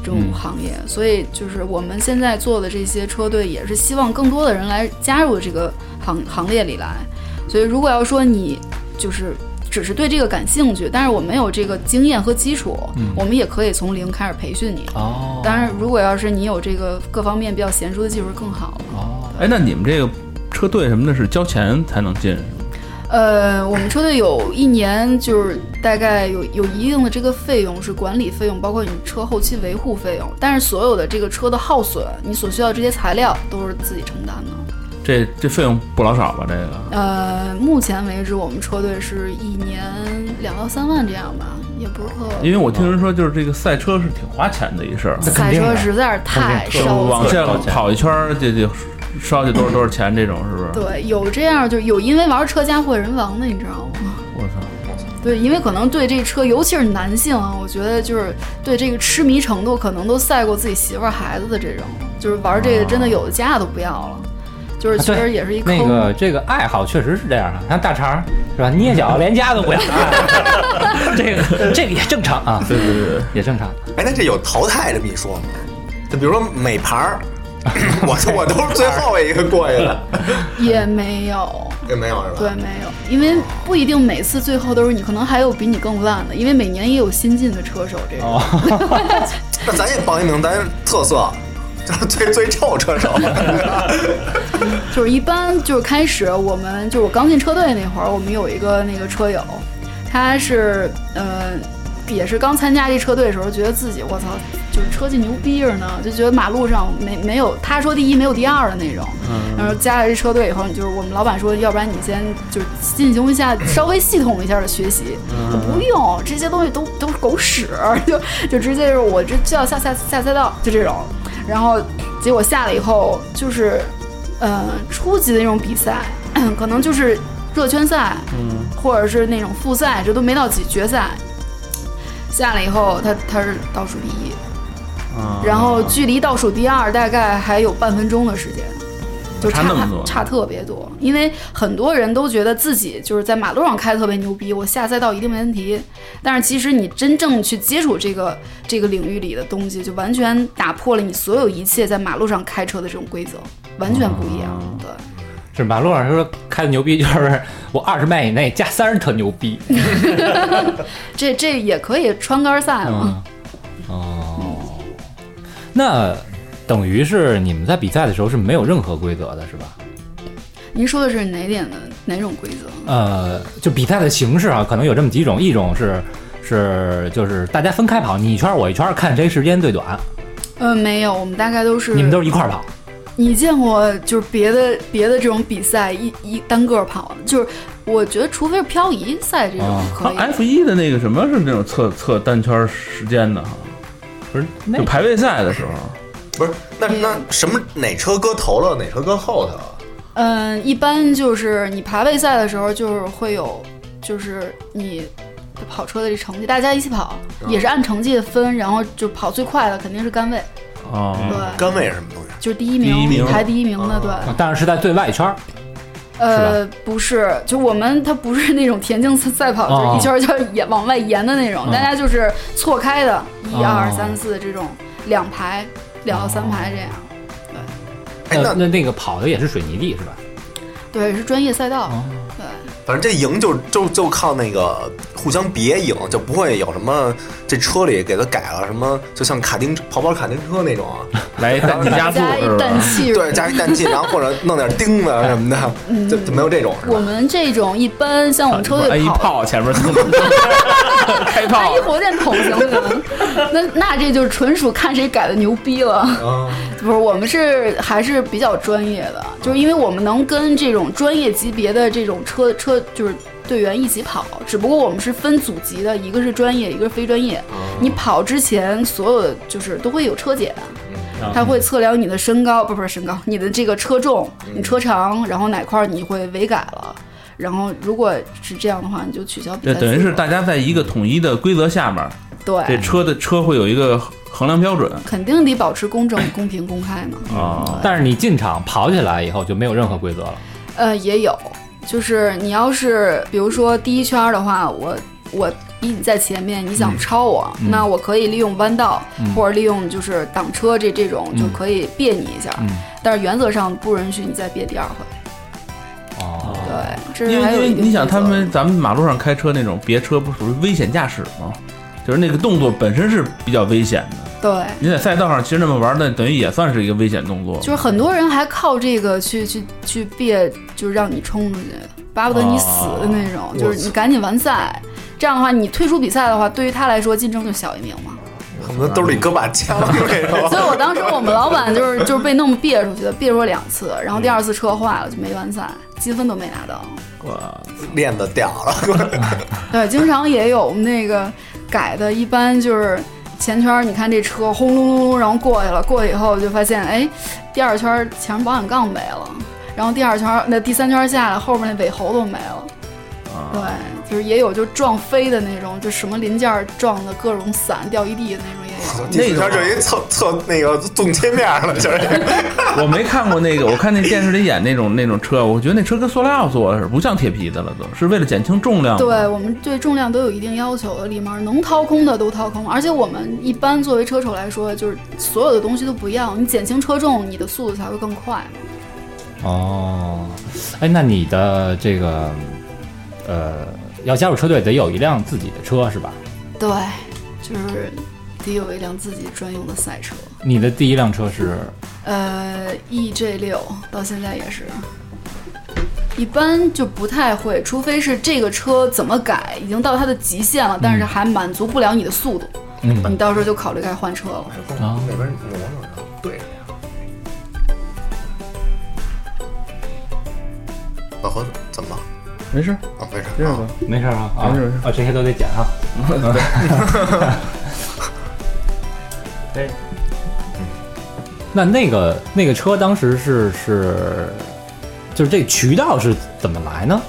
S6: 这种行业，所以就是我们现在做的这些车队，也是希望更多的人来加入这个行行列里来。所以，如果要说你就是只是对这个感兴趣，但是我没有这个经验和基础，我们也可以从零开始培训你。
S2: 哦
S6: 当然，如果要是你有这个各方面比较娴熟的技术，更好了。
S2: 哦，
S3: 哎，那你们这个车队什么的是交钱才能进，
S6: 呃，我们车队有一年就是大概有有一定的这个费用是管理费用，包括你车后期维护费用，但是所有的这个车的耗损，你所需要这些材料都是自己承担的。
S3: 这这费用不老少吧？这个
S6: 呃，目前为止，我们车队是一年两到三万这样吧，也不是特。
S3: 因为我听人说，就是这个赛车是挺花钱的一事儿，
S6: 赛车实在是太
S3: 就
S6: 烧
S3: 往
S6: 钱。
S3: 下哦跑一圈儿，这就烧去多少多少钱，这种是不是？
S6: 对，有这样就是有因为玩车家破人亡的，你知道吗？
S3: 我操！
S6: 对，因为可能对这车，尤其是男性啊，我觉得就是对这个痴迷程度，可能都赛过自己媳妇儿、孩子的这种，就是玩这个真的有的家都不要了，就是
S2: 啊
S6: 其实
S2: 对
S6: 也是一坑。
S2: 那个这个爱好确实是这样的，像大肠儿是吧？捏脚连家都不要，这个这个也正常啊，对对对，也正常。
S4: 哎，那这有淘汰这么一说吗？就比如说美牌儿，我我都是最后一个过去的，
S6: 也没有，
S4: 也没有是吧？
S6: 对，没有，因为不一定每次最后都是你，可能还有比你更烂的，因为每年也有新进的车手这
S2: 哦
S6: 种。
S4: 那咱也报一名，咱特色就是最最臭车手，
S6: *laughs* 就是一般就是开始我们就是我刚进车队那会儿，我们有一个那个车友，他是呃也是刚参加这车队的时候，觉得自己我操就是车技牛逼着呢，就觉得马路上没没有他说第一没有第二的那种。然后加了这车队以后，你就是我们老板说，要不然你先就是进行一下稍微系统一下的学习，就不用这些东西都都是狗屎，就就直接就是我这就要下下下赛道就这种。然后结果下来以后就是呃初级的那种比赛， *clears throat* 可能就是热圈赛，或者是那种复赛，这都没到几决赛。下来以后，他他是倒数第一，然后距离倒数第二大概还有半分钟的时间，就
S3: 差
S6: 差
S3: 那么多
S6: 差特别多。因为很多人都觉得自己就是在马路上开得特别牛逼，我下赛道一定没问题。但是其实你真正去接触这个这个领域里的东西，就完全打破了你所有一切在马路上开车的这种规则，完全不一样。
S2: 哦
S6: 对。
S2: 是马路上说开的牛逼，就是我二十迈以内加三十特牛逼。
S6: 这这也可以穿杆赛
S2: 嗯
S6: 嘛？
S2: 哦，那等于是你们在比赛的时候是没有任何规则的，是吧？
S6: 您说的是哪点的哪种规则？
S2: 呃，就比赛的形式啊，可能有这么几种，一种是是就是大家分开跑，你一圈儿我一圈儿，看谁时间最短，
S6: 呃，没有，我们大概都
S4: 嗯
S6: 是
S2: 你们都是一块儿跑。
S6: 你见过就是别的别的这种比赛一一单个跑的，就是我觉得除非是漂移赛这种
S2: 啊
S6: 可以，
S3: F 一的那个什么是那种测测单圈时间的哈，
S2: 不是那
S3: 就排位赛的时候，
S4: 不是？那那什么哪车搁头了，哪车搁后头啊？
S6: 嗯、一般就是你排位赛的时候就是会有，就是你。跑车的这成绩，大家一起跑，
S3: 嗯
S6: 也是按成绩分，然后就跑最快的肯定是杆位，对，
S3: 哦，
S4: 杆位是什么东西？
S6: 就是第一名，
S3: 第一名嗯
S6: 排第一名的，对，
S2: 啊当然是在最外圈儿，
S6: 呃，不是，就我们它不是那种田径赛赛跑，
S3: 哦
S6: 就是一圈儿一圈儿延往外延的那种，
S3: 嗯
S6: 大家就是错开的，
S3: 哦
S6: 一二三四这种两排，两到三排这样。
S3: 哦
S4: 哎，
S2: 那
S4: 那
S2: 那那个跑的也是水泥地是吧？
S6: 对，是专业赛道。
S3: 哦
S6: 对，
S4: 反正这赢就就就靠那个互相别赢，就不会有什么这车里给它改了什么，就像卡丁跑跑卡丁车那种啊，
S3: 来一单加速
S6: 加
S3: 是
S6: 一氮
S3: 吧？
S6: 气。
S4: 对，加一氮气，然后或者弄点钉子什么的，就就没有这种是
S6: 我
S4: 吧？
S6: 们这种一般像我们车
S3: 哎
S6: 队
S3: 一
S6: 跑，哎
S3: 炮前面开炮 *laughs*
S6: 安一，火箭筒行不行？那那这就纯属看谁改的牛逼了。
S4: 啊，
S6: 不是，我们是还是比较专业的，就是因为我们能跟这种专业级别的这种车车就是队员一起跑，只不过我们是分组级的，一个是专业，一个是非专业。你跑之前，所有的就是都会有车检，他会测量你的身高，不不是身高，你的这个车重，你车长，然后哪块儿你会违改了。然后，如果是这样的话，你就取消比
S3: 对，
S6: 赛
S3: 等于
S6: 资
S3: 是
S6: 格
S3: 大家在一个统一的规则下面，这
S6: 对，
S3: 车的车会有一个衡量标准
S6: 肯定得保持公正、公平、公开嘛。
S3: 啊。
S2: 但是你进场跑起来以后就没有任何规则了。
S6: 呃，也有，就是你要是比如说第一圈儿的话，我我比你在前面，你
S3: 嗯
S6: 想超我，那我可以利用弯道、或者利用就是挡车这这种、就可以别你一下，
S3: 嗯
S6: 但是原则上不允许你再别第二回。
S2: 哦，
S6: 对，这
S3: 啊因
S6: 是
S3: 为
S6: 还
S3: 因
S6: 有
S3: 为
S6: 一个
S3: 你想，
S6: 规
S3: 他
S6: 则
S3: 们咱们马路上开车那种别车，不属于危险驾驶吗？就是那个动作本身是比较危险的，
S6: 对，
S3: 你在赛道上其实那么玩，那等于也算是一个危险动作
S6: 就。是很多人还靠这个去去去憋，就让你冲出去，巴不得你死的那种，就是你赶紧完赛。这样的话，你退出比赛的话，对于他来说竞争就小一名嘛。
S4: 恨不得兜里搁把枪那种。
S6: 所以我当时我们老板就是就是被那么憋出去的，憋出了两次，然后第二次车坏了就没完赛，积分都没拿到。
S4: 链子掉了，
S6: 对，经常也有那个改的，一般就是前圈儿，你看这车轰隆隆隆，然后过去了，过去以后就发现，哎，第二圈儿前面保险杠没了，然后第二圈儿那第三圈儿下来，后面那尾喉都没了。对，就是也有就撞飞的那种，就什么零件儿撞的各种散掉一地的那种也
S4: *laughs*
S6: 有。
S4: 那圈就一侧侧那个纵切面了，就是
S3: 我没看过那个，我看那电视里演那种那种车，我觉得那车跟塑料做的似的，不像铁皮的了都，是为了减轻重量。
S6: 对我们对重量都有一定要求的，里面能掏空的都掏空，而且我们一般作为车手来说，就是所有的东西都不要，你减轻车重，你的速度才会更快嘛。
S2: 哦，哎，那你的这个呃，要加入车队得有一辆自己的车是吧？
S6: 对，就是得有一辆自己专用的赛车，
S2: 你的第一辆车是
S6: 呃，EJ 六到现在也是。一般就不太会，除非是这个车怎么改已经到它的极限了，但是还满足不了你的速度，
S2: 嗯
S6: 你到时候就考虑该换车了。
S2: 啊
S4: 那边挪挪着，对着呀。老何怎么了？
S3: 没事，
S4: 啊，没事
S3: 接着
S4: 啊
S3: 吧。
S2: 没事儿啊啊
S3: 没事没事
S2: 啊，这些都得 *laughs* 剪哈。对。哎那那个那个车当时是是，就是这渠道是怎么来呢？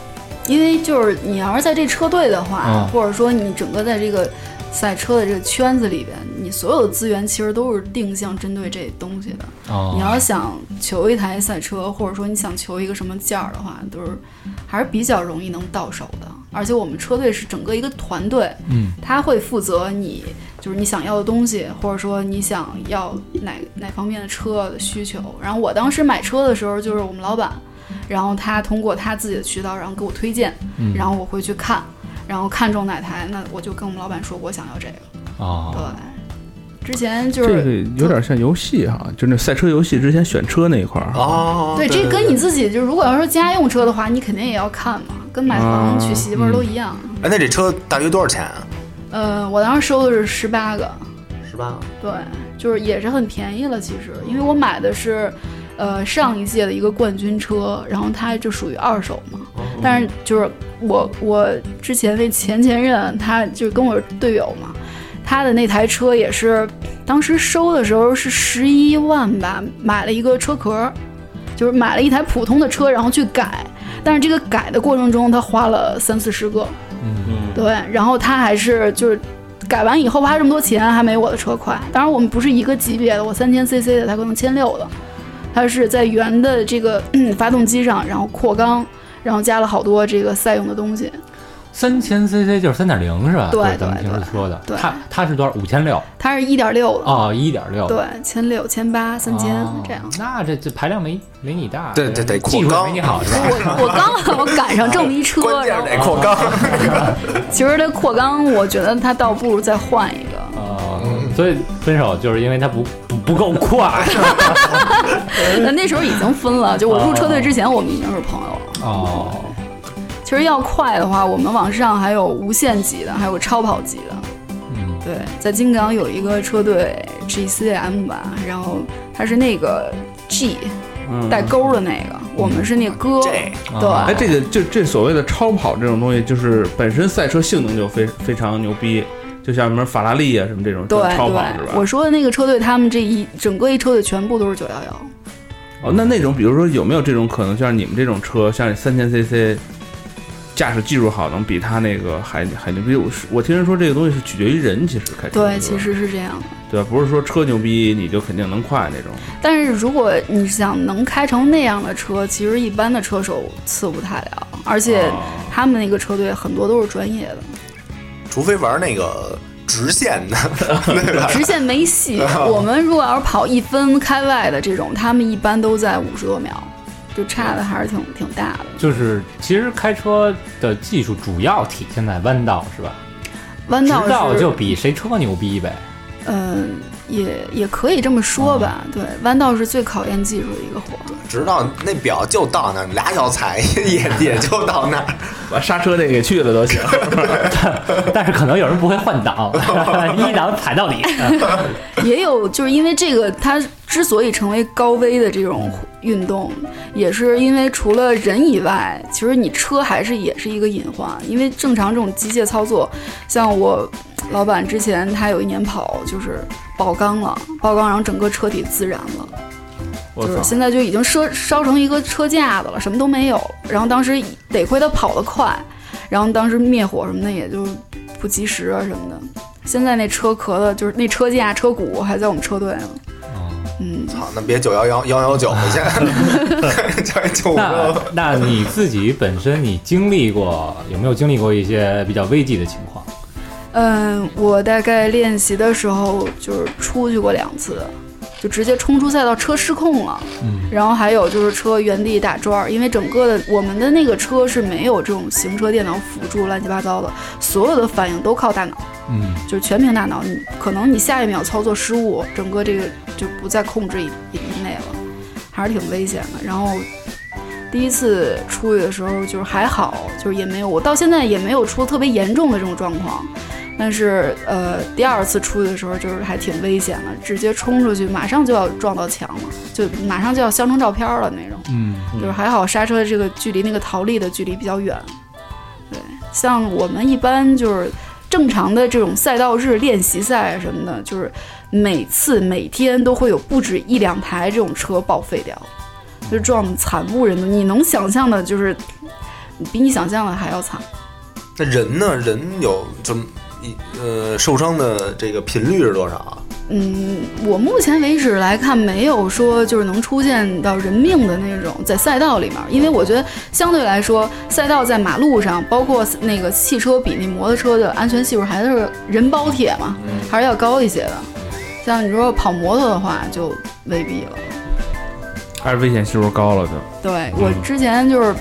S6: 因为就是你要是在这车队的话，
S2: 嗯
S6: 或者说你整个在这个赛车的这个圈子里边，你所有的资源其实都是定向针对这东西的。
S2: 哦
S6: 你要是想求一台赛车，或者说你想求一个什么件儿的话，都是还是比较容易能到手的。而且我们车队是整个一个团队，
S2: 嗯，
S6: 他会负责你就是你想要的东西，或者说你想要哪哪方面的车的需求。然后我当时买车的时候，就是我们老板，然后他通过他自己的渠道，然后给我推荐，
S2: 嗯
S6: 然后我会去看，然后看中哪台，那我就跟我们老板说我想要这个。对
S2: 哦，，
S6: 之前就
S3: 这
S6: 是
S3: 个有点像游戏哈、就那赛车游戏之前选车那一块儿。
S4: 哦，
S6: 对，这跟你自己就如果要说家用车的话，你肯定也要看嘛，跟买房、娶媳妇儿都一样。
S4: 哎，那这车大约多少钱啊？
S6: 呃，我当时收的是十八个，
S4: 十八万。
S6: 对，就是也是很便宜了。其实，因为我买的是，呃，上一届的一个冠军车，然后它就属于二手嘛。但是就是我我之前那前前任，他就跟我是队友嘛，他的那台车也是当时收的时候是十一万吧，买了一个车壳，就是买了一台普通的车，然后去改。但是这个改的过程中，他花了三四十个，
S5: 嗯，
S6: 对，然后他还是就是改完以后花这么多钱，还没我的车快。当然我们不是一个级别的，我三千 CC 的，他可能千六的，他是在原的这个嗯发动机上，然后扩缸，然后加了好多这个赛用的东西。
S2: 三千 CC 就是三点零是吧？
S6: 对
S2: 就是咱们
S6: 对
S2: 平时
S6: 对
S2: 说的，
S6: 对
S2: 它它是多少？五千六
S6: 它是一点六的，
S2: 哦，一点六，
S6: 对，千六、千八、三千
S2: 哦
S4: *laughs*
S6: 这样。
S2: 那这这排量没没你大，
S4: 对对对
S2: 技
S4: 扩
S2: 术
S4: 缸
S2: 没你好是吧？
S6: 我我刚好赶上这么一车，
S4: 关键
S6: 然
S4: 是
S6: 后
S4: 得扩缸，
S6: 其实这扩缸，我觉得它倒不如再换一个。
S4: 嗯
S2: 哦，所以分手就是因为它不不不够快
S6: 呃那那时候已经分了，就我入车队之前，我们已经是朋友了。
S2: 哦。
S6: 其实要快的话，我们往上还有无限级的，还有超跑级的。
S2: 嗯
S6: 对，在金港有一个车队 GCM 吧，然后它是那个 G
S3: 嗯
S6: 带钩的那个，我们是那个哥。
S4: 这
S2: 嗯
S3: 哎，
S6: 对，
S3: 这个就这所谓的超跑这种东西，就是本身赛车性能就非非常牛逼，就像什么法拉利啊什么这种
S6: 对
S3: 就是超跑是
S6: 对，
S3: 吧
S6: 我？说的那个车队，他们这一整个一车队全部都是九幺幺。
S3: 哦，那那种比如说有没有这种可能，像你们这种车，像三千 CC，驾驶技术好，能比他那个还还牛逼？我是我听人说这个东西是取决于人，其实开车
S6: 对，
S3: 是吧
S6: 其实是这样的。
S3: 对吧？不是说车牛逼你就肯定能快那种。
S6: 但是如果你想能开成那样的车，其实一般的车手次不太了，而且
S3: 哦
S6: 他们那个车队很多都是专业的。
S4: 除非玩那个直线
S6: *laughs*
S4: 的，对 *laughs* 吧？
S6: 直线没戏。我们如果要是跑一分开外的这种，他们一般都在五十多秒，就差的还是挺挺大的。
S2: 就是其实开车的技术主要体现在弯道是吧？
S6: 弯
S2: 直
S6: 道
S2: 道
S6: 是
S2: 就比谁车牛逼呗。
S6: 嗯、也也可以这么说吧。对，弯道是最考验技术的一个活儿。
S4: 直到那表就到那儿，俩脚踩也 *laughs* 也就到那儿。
S3: 把刹车那给去了都行。
S2: 但是可能有人不会换挡， *laughs* 一档踩到
S5: *laughs*
S2: 底。
S6: 也有就是因为这个，它之所以成为高危的这种运动，也是因为除了人以外，其实你车还是也是一个隐患。因为正常这种机械操作，像我老板之前他有一年跑就是爆缸了，爆缸然后整个车体自燃了。
S3: 我
S6: 就是
S3: 操！
S6: 现在就已经烧烧成一个车架子了，什么都没有。然后当时得亏他跑得快，然后当时灭火什么的也就不及时啊什么的。现在那车壳子就是那车架、车骨还在我们车队呢。
S3: 哦
S6: 嗯，
S4: 好，那别九幺幺幺幺九
S6: *laughs*
S4: 去，叫九五
S2: 那
S4: 六。
S2: 那你自己本身你经历过有没有经历过一些比较危急的情况？
S6: 嗯，我大概练习的时候就是出去过两次，就直接冲出赛道，车失控了。
S2: 嗯，
S6: 然后还有就是车原地打转儿，因为整个的我们的那个车是没有这种行车电脑辅助，乱七八糟的，所有的反应都靠大脑，
S2: 嗯，
S6: 就是全凭大脑。你可能你下一秒操作失误，整个这个就不在控制以以内了，还是挺危险的。然后第一次出去的时候就是还好，就是也没有，我到现在也没有出特别严重的这种状况。但是呃，第二次出去的时候就是还挺危险的，直接冲出去，马上就要撞到墙了，就马上就要相成照片了那种。
S2: 嗯，
S6: 就是还好刹车的这个距离那个逃离的距离比较远。对，像我们一般就是正常的这种赛道日练习赛啊什么的，就是每次每天都会有不止一两台这种车报废掉，就是撞得惨不忍睹。你能想象的，就是比你想象的还要惨。
S4: 那人呢？人有就一呃受伤的这个频率是多少啊？
S6: 嗯，我目前为止来看，没有说就是能出现到人命的那种在赛道里面，因为我觉得相对来说，赛道在马路上，包括那个汽车比那摩托车的安全系数还是人包铁嘛，还是要高一些的。像你说跑摩托的话，就未必了。
S3: 还是危险系数高了就。
S6: 对我之前就是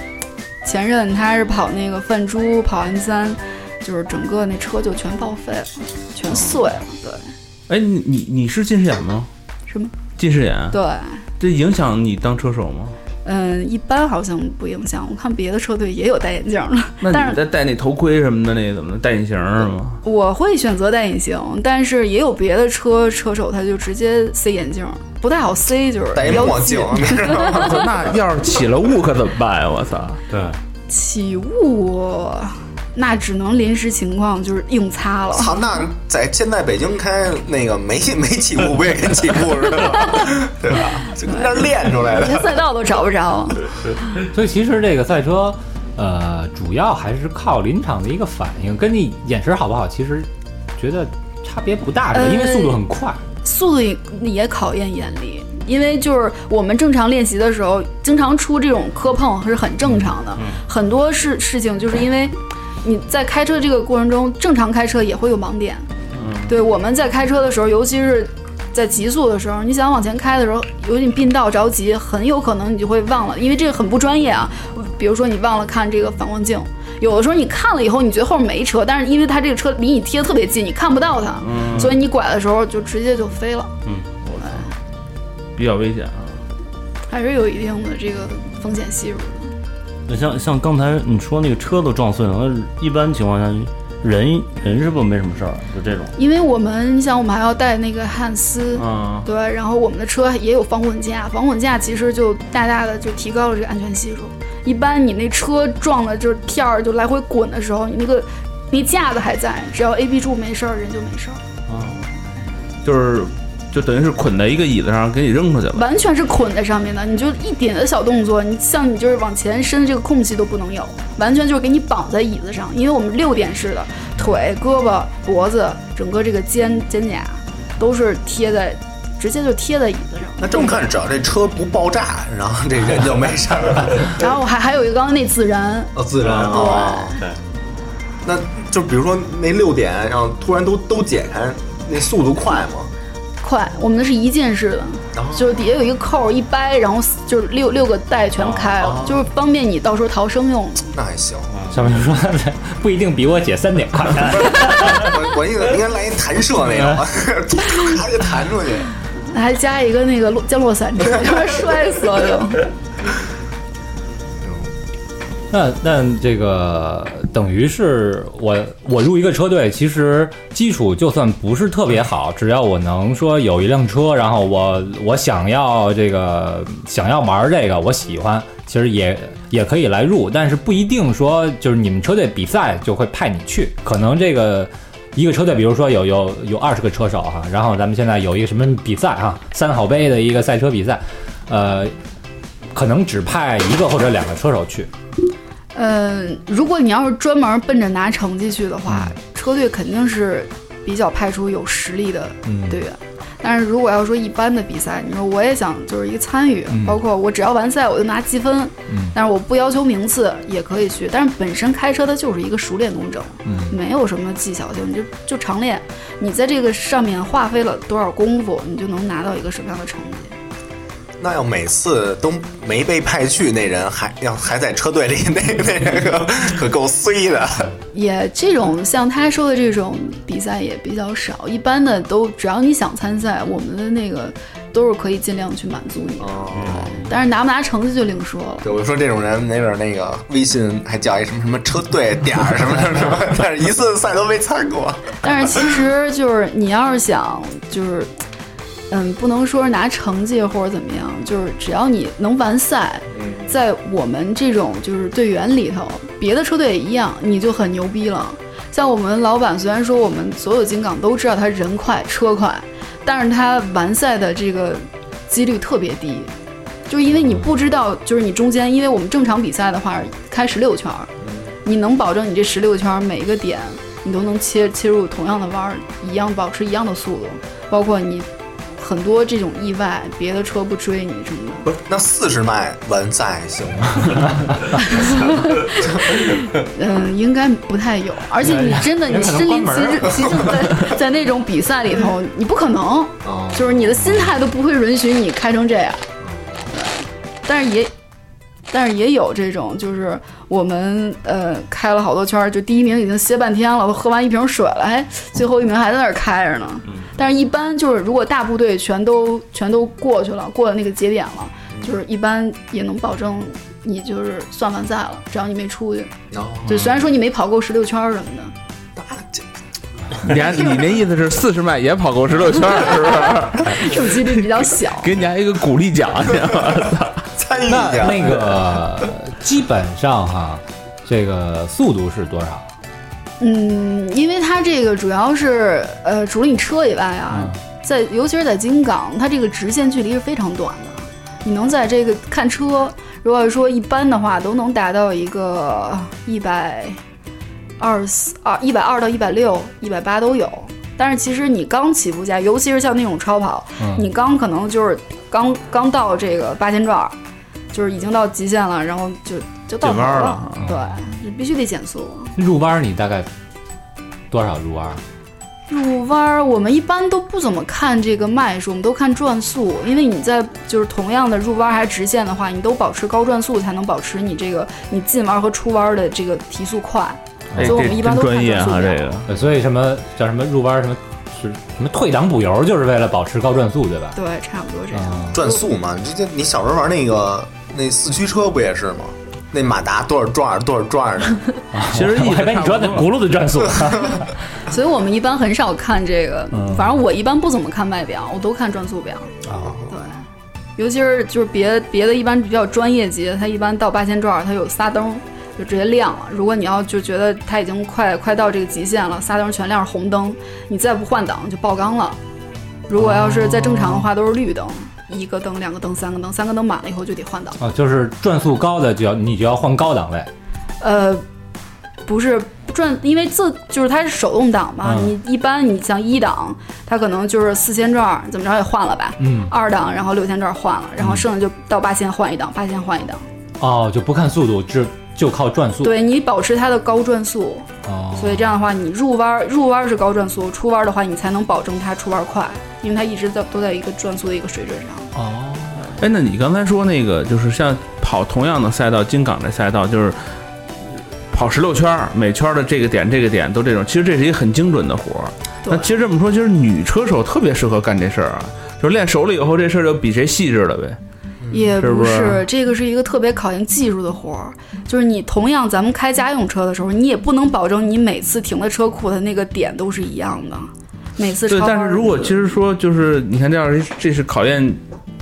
S6: 前任，他是跑那个泛珠，跑 M 三，就是整个那车就全报废了，全碎了。对，
S3: 哎，你你你是近视眼吗？
S6: 什么？
S3: 近视眼，
S6: 对。
S3: 这影响你当车手吗？
S6: 嗯，一般好像不影响。我看别的车队也有戴眼镜的，
S3: 那
S6: 但
S3: 你
S6: 是
S3: 再戴那头盔什么的，那怎么的戴隐形是吗？
S6: *laughs* 我会选择戴隐形，但是也有别的车车手他就直接塞眼镜，不太好塞，就是
S4: 戴一
S6: 标
S4: 墨
S6: 记
S4: 镜，你知道吗？
S3: 那要是起了雾可怎么办呀？我操！
S5: 对，
S6: 起雾，那只能临时情况就是硬擦了。
S4: *laughs*
S6: *laughs*
S4: 操，那在现在北京开那个没没起步，不也跟起步似的吗， *laughs* 对吧？就跟那儿练出来的。
S6: 连赛道都找不着，
S2: 所以其实这个赛车，呃，主要还是靠临场的一个反应，跟你眼神好不好，其实觉得差别不大，是吧
S6: 呃
S2: 因为速度很快。
S6: 速度也也考验眼力，因为就是我们正常练习的时候，经常出这种磕碰是很正常的。很多事事情就是因为你在开车这个过程中，正常开车也会有盲点。对，我们在开车的时候，尤其是在急速的时候，你想往前开的时候，有点并道着急，很有可能你就会忘了，因为这个很不专业啊。比如说你忘了看这个反光镜，有的时候你看了以后，你觉得后面没车，但是因为它这个车离你贴得特别近，你看不到它，所以你拐的时候就直接就飞了，
S3: 比较危险啊。
S6: 还是有一定的这个风险系数的。
S5: 那像像刚才你说那个车都撞碎了，那一般情况下人人是不是没什么事儿？就这种，
S6: 因为我们，你想，我们还要带那个汉斯，
S3: 嗯，
S6: 对，然后我们的车也有防滚架，防滚架其实就大大的就提高了这个安全系数。一般你那车撞了就是片儿就来回滚的时候，你那个那架子还在，只要 A B 柱没事儿，人就没事儿，
S3: 就是就等于是捆在一个椅子上给你扔出去
S6: *laughs*
S3: 了。
S6: 完全是捆在上面的，你就一点的小动作，你像你就是往前伸这个空隙都不能有，完全就是给你绑在椅子上，因为我们六点式的，腿、胳膊、脖子，整个这个肩肩胛都是贴在，直接就贴在椅子上。
S4: 那这么看，只要这车不爆炸，然后这人就没事儿了，
S6: 然后还还有一个刚刚那自燃，
S4: 哦，自然哦。
S5: 对，
S4: 那就比如说那六点，然后突然都都解开，那速度快吗？
S6: 快，我们的是一键式的，
S4: 然后
S6: 就是底下有一个扣儿，一掰，然后就是六六个带全开
S4: 哦
S6: 了，就是方便你到时候逃生用。
S2: 啊
S4: 那还行，
S2: *laughs* 小明说不一定比我姐三点快，
S4: 我我那个应该来一弹射那种， *laughs* 啪就弹出去。
S6: 还加一个那个落降落伞，直接
S4: *laughs*
S6: 摔死了就。
S2: 那那这个等于是我我入一个车队，其实基础就算不是特别好，只要我能说有一辆车，然后我我想要这个想要玩这个，我喜欢，其实也也可以来入，但是不一定说就是你们车队比赛就会派你去，可能这个。一个车队，比如说有有有二十个车手哈、然后咱们现在有一个什么比赛哈、三好杯的一个赛车比赛，呃，可能只派一个或者两个车手去，
S6: 嗯，如果你要是专门奔着拿成绩去的话，
S2: 嗯
S6: 车队肯定是比较派出有实力的
S2: 嗯
S6: 队员。但是如果要说一般的比赛，你说我也想就是一个参与，
S2: 嗯
S6: 包括我只要完赛我就拿积分，
S2: 嗯
S6: 但是我不要求名次也可以去。但是本身开车它就是一个熟练工整，
S2: 嗯
S6: 没有什么技巧性，你就就常练。你在这个上面花费了多少功夫，你就能拿到一个什么样的成绩。
S4: 那要每次都没被派去，那人还要还在车队里，那那个可够衰的。
S6: 也这种像他说的这种比赛也比较少，一般的都只要你想参赛，我们的那个都是可以尽量去满足你的。但是拿不拿成绩就另说了。
S4: 对，我就说这种人没准那个微信还叫一什么什么车队点儿什么什么什么，但是一次赛都没参过。
S6: *laughs* 但是其实就是你要是想就是，嗯，不能说是拿成绩或者怎么样，就是只要你能完赛，在我们这种就是队员里头，别的车队也一样，你就很牛逼了。像我们老板，虽然说我们所有金港都知道他人快车快，但是他完赛的这个几率特别低，就是因为你不知道，就是你中间，因为我们正常比赛的话开十六圈儿，你能保证你这十六圈儿每一个点你都能切切入同样的弯儿，一样保持一样的速度，包括你很多这种意外，别的车不追你什么的。
S4: 不是，那四十迈完赛行吗？
S6: 嗯，应该不太有，而且你真的，你身临其境，其境在 *laughs* 在那种比赛里头，你不可能，
S4: 哦
S6: 就是你的心态都不会允许你开成这样。对但是也，但是也有这种，就是我们呃开了好多圈儿，就第一名已经歇半天了，都喝完一瓶水了，还最后一名还在那儿开着呢。但是，一般就是如果大部队全都全都过去了，过了那个节点了，就是一般也能保证你就是算完赛了，只要你没出去。
S4: 然后
S6: 对，虽然说你没跑够十六圈儿什么的， *laughs*
S3: 你还你那意思是四十迈也跑够十六圈儿，是 *laughs* 不是？。
S6: 这种几率比较小
S3: 给你家一个鼓励奖，你知道吗？
S4: 参与一
S2: 那
S4: 下，
S2: 那个基本上哈，这个速度是多少？
S6: 嗯，因为它这个主要是呃，除了你车以外啊，
S3: 嗯
S6: 在尤其是在金港，它这个直线距离是非常短的。你能在这个看车，如果说一般的话，都能达到一个呃一百二四二一百二到一百六、一百八都有。但是其实你刚起步价，尤其是像那种超跑，
S2: 嗯
S6: 你刚可能就是刚刚到这个八千转儿，就是已经到极限了，然后就就到头
S3: 进弯儿
S6: 了
S3: 了，嗯
S6: 对，就必须得减速。
S2: 入弯儿你大概多少入弯儿？
S6: 入弯儿，我们一般都不怎么看这个迈数，我们都看转速，因为你在就是同样的入弯儿还直线的话，你都保持高转速才能保持你这个你进弯儿和出弯儿的这个提速快。
S3: 哎
S6: 所以我
S3: 这
S6: 们一般
S3: 真
S6: 都看
S3: 专业
S6: 转速
S3: 哈，
S6: 表
S3: 这个
S2: 呃所以什么叫什么入弯儿什么是什么退档补油，就是为了保持高转速，对吧？
S6: 对，差不多这样。
S2: 啊，
S4: 转速
S3: 嗯
S4: 嘛，你这你小时候玩那个那四驱车不也是吗？那马达多少转儿多少转
S3: *laughs*
S4: 儿的，
S3: 其实
S2: 我还以为你说那轱辘的转速，
S6: 所以我们一般很少看这个，反正我一般不怎么看外表，我都看转速表。对，尤其是就是别别的一般比较专业级的，它一般到八千转儿，它有仨灯儿就直接亮了。如果你要就觉得它已经快快到这个极限了，仨灯儿全亮是红灯，你再不换挡就爆缸了。如果要是再正常的话，都是绿灯，一个灯、两个灯、三个灯，三个灯满了以后就得换挡。
S2: 啊，就是转速高的就要你就要换高档位，
S6: 呃，不是转，因为自就是它是手动挡嘛，
S2: 嗯
S6: 你一般你像一档，它可能就是四千转，怎么着也换了吧，
S2: 嗯，
S6: 二档然后六千转换了，然后剩下就到八千换一档，八千换一档，
S2: 哦，就不看速度，就就靠转速，
S6: 对你保持它的高转速，
S2: 哦，
S6: 所以这样的话你入弯儿入弯儿是高转速，出弯儿的话你才能保证它出弯儿快，因为它一直在都在一个转速的一个水准上。
S2: 哦，
S3: 哎，那你刚才说那个，就是像跑同样的赛道，京港这赛道，就是跑十六圈儿，每圈儿的这个点这个点都这种，其实这是一个很精准的活儿。
S6: 对
S3: 那其实这么说，就是女车手特别适合干这事儿啊，就是练熟了以后，这事儿就比谁细致了呗。
S6: 也
S3: 嗯是不
S6: 不
S3: 是
S6: 这个是一个特别考验技术的活儿。就是你同样咱们开家用车的时候，你也不能保证你每次停的车库的那个点都是一样的，每次
S3: 对，
S6: 超
S3: 但
S6: 弯
S3: 是
S6: 儿
S3: 如果
S6: 的
S3: 其实说就是你看这样，这是考验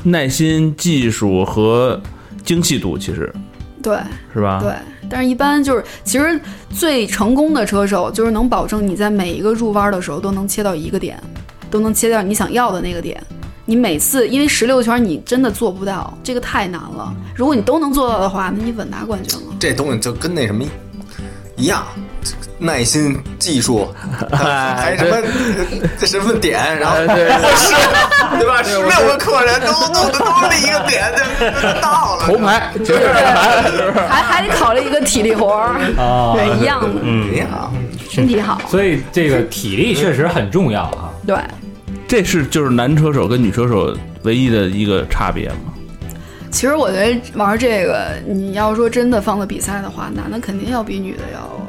S3: 耐心、技术和精细度，其实
S6: 对
S3: 是吧？
S6: 对，但是一般就是其实最成功的车手就是能保证你在每一个入弯的时候都能切到一个点，都能切掉你想要的那个点。你每次因为十六圈你真的做不到，这个太难了。
S3: 嗯
S6: 如果你都能做到的话，那你稳拿冠军了。
S4: 这东西就跟那什么一样，耐心、
S3: *laughs*
S4: 技术，还有什么这什么点，然后
S3: 哎
S4: 我是 *laughs* 对吧？十六个客人都都都都是一个点，就就到
S3: *laughs*
S4: 了。
S3: 头牌， *laughs* 就是
S6: 还还得考虑一个体力活
S3: *laughs*
S6: 儿，
S2: 啊，
S6: 对，一样的，
S4: 你好，
S6: 身体好，
S2: 所以这个体力确实很重要啊。
S6: 对。
S3: 这是就是男车手跟女车手唯一的一个差别嘛？
S6: 其实我觉得玩这个，你要说真的放到比赛的话，男的肯定要比女的要，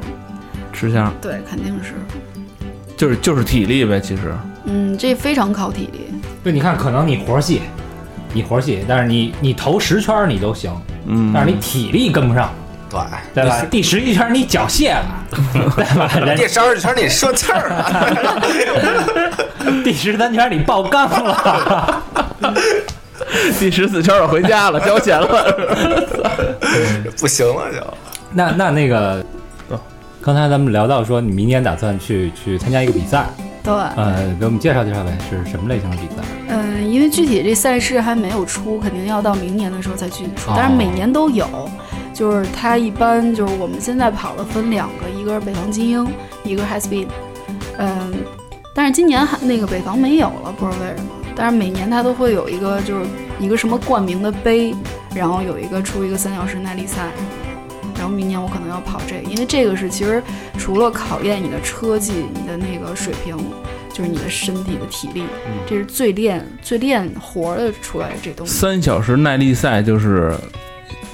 S3: 吃香
S6: 对，肯定是，
S3: 就是就是体力呗，其实
S6: 嗯，这非常考体力。
S2: 就你看，可能你活儿细，你活儿细，但是你你头十圈儿你都行，
S3: 嗯 *laughs*
S2: 但是你体力跟不上，
S4: 对，
S2: 对吧？第十一圈儿你缴械了， *laughs* 对吧？人
S4: 第十二圈你说气儿了， *laughs*
S2: 第十三圈儿你爆缸了，
S3: 第十四圈我回家了，交钱了。
S4: 不行了就。
S2: 那那那个，刚才咱们聊到说，你明年打算去去参加一个比赛，
S6: 对，
S2: 呃，给我们介绍介绍呗，是什么类型的比赛？
S6: 嗯，因为具体这赛事还没有出，肯定要到明年的时候才具体出。但是每年都有，就是它一般就是我们现在跑的分两个，一个是北方精英，一个是 High Speed。嗯，但是今年还那个北方没有了，不知道为什么。但是每年它都会有一个就是一个什么冠名的杯，然后有一个出一个三小时耐力赛。然后明年我可能要跑这个，因为这个是其实除了考验你的车技、你的那个水平，就是你的身体的体力，
S3: 嗯
S6: 这是最练最练活儿的出来的这东西。
S3: *laughs* 三小时耐力赛就是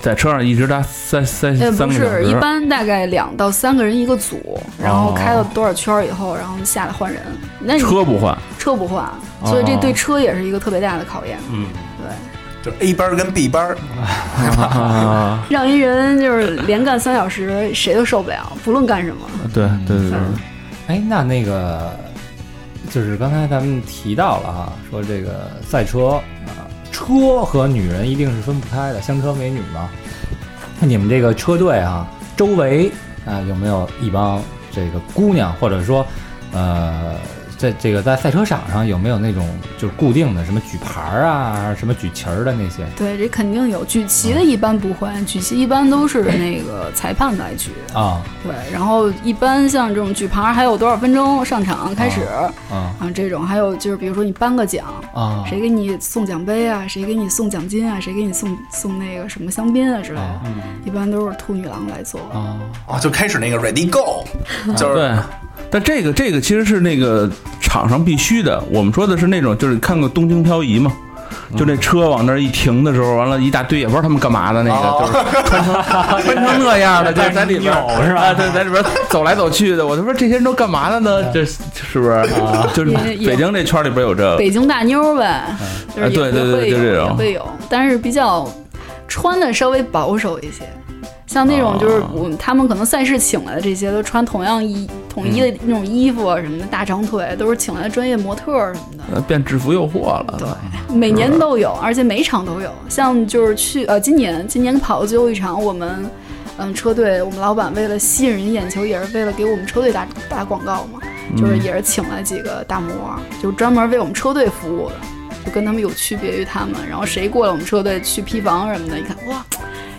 S3: 在车上一直搭三三
S6: 呃，
S3: 三
S6: 不
S3: 个小
S6: 是，一
S3: 时，
S6: 般大概两到三个人一个组，然后开了多少圈儿以后，然后下来换人。那你
S3: 车不
S6: *laughs*
S3: 哦换，
S6: 车不换，所以这对车也是一个特别大的考验。
S5: 嗯，
S6: 对，
S4: 就是 A 班跟 B 班，
S3: 啊，
S6: 让一人就是连干三小时，谁都受不了，不论干什么。
S3: 对对对对，
S2: 哎，那那个就是刚才咱们提到了哈，说这个赛车啊，车和女人一定是分不开的，香车美女嘛。那你们这个车队啊，周围啊有没有一帮这个姑娘，或者说呃，在这个在赛车场上有没有那种就是固定的什么举牌儿啊，什么举旗儿的那些
S6: 对，这肯定有。举旗的一般不会，举旗一般都是那个裁判来举。
S2: 啊
S6: 对，然后一般像这种举牌儿还有多少分钟上场开始
S2: 啊
S6: 啊，这种还有就是比如说你颁个奖，
S2: 啊
S6: 谁给你送奖杯啊，谁给你送奖金啊，谁给你送送那个什么香槟啊之类的，一般都是兔女郎来做。
S2: 啊？
S4: 哦，就开始那个 Ready Go，就是
S3: 啊对。但这个这个其实是那个场上必须的，我们说的是那种就是看过《东京漂移》嘛，
S2: 嗯
S3: 就那车往那儿一停的时候，完了，一大堆也不知道他们干嘛的那
S4: 哦
S3: 个，
S2: 哦
S3: 就是穿成那样
S2: *laughs*
S3: 的，就是在里边
S2: 是吧
S3: 啊，对，在里边走来走去的，我就说这些人都干嘛的
S2: 嗯
S3: 呢？这是是不是？
S2: 啊
S3: *laughs* 就是
S6: 也有
S3: 北京这圈里边有这个，
S6: 北京大妞儿呗，就是也
S3: 啊对对对
S6: 也
S3: 就
S6: 会有
S3: 这种
S6: 也会有，但是比较穿的稍微保守一些。像那种就是
S3: 哦
S6: 我们他们可能赛事请来的这些都穿同样衣统一的
S3: 嗯
S6: 那种衣服啊什么的，大长腿都是请来的专业模特儿什么的。
S3: 呃变制服诱惑了。
S6: 每年都有，而且每场都有。像就是去呃，今年今年跑的最后一场，我们嗯车队，我们老板为了吸引人眼球，也是为了给我们车队打打广告嘛，就是也是请了几个大模，就专门为我们车队服务的，就跟他们有区别于他们。然后谁过了我们车队去批房什么的，一看哇，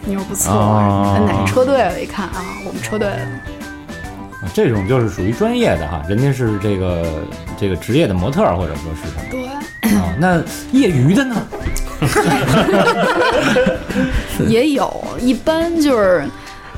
S6: 妞儿不错，
S3: 哦
S6: 哪个车队的？一看啊，我们车队的，
S2: 啊这种就是属于专业的哈，人家是这个这个职业的模特儿或者说是什么。
S6: 对。
S2: *laughs* 啊，那业余的呢？
S6: 也有，一般就是，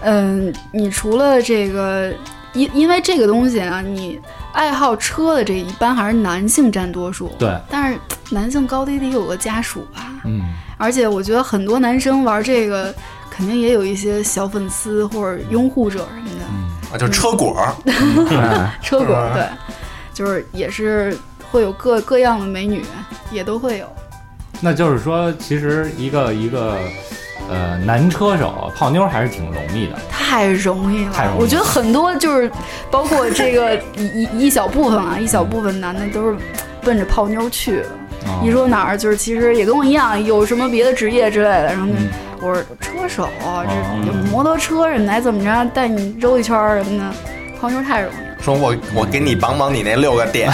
S6: 嗯，你除了这个，因因为这个东西啊，你爱好车的这一般还是男性占多数，
S2: 对，
S6: 但是男性高低得有个家属吧，
S2: 嗯，
S6: 而且我觉得很多男生玩这个，肯定也有一些小粉丝或者拥护者什么的，
S4: 啊，就是车果儿，
S6: 车果对，就是也是会有各各样的美女，也都会有。
S2: 那就是说，其实一个一个呃男车手泡妞还是挺容易的。
S6: 太容易了，
S2: 太容易了
S6: 我觉得很多就是包括这个 *laughs* 一一一小部分啊，一小部分男的都是奔着泡妞去的。
S2: 啊
S6: 你说哪儿就是其实也跟我一样，有什么别的职业之类的，然后就、
S2: 嗯哦
S6: 我说车手啊，这摩托车什么的，还怎么着带你兜一圈儿什么的，泡妞太容易了。
S4: 说我我给你绑绑你那六个点， *laughs*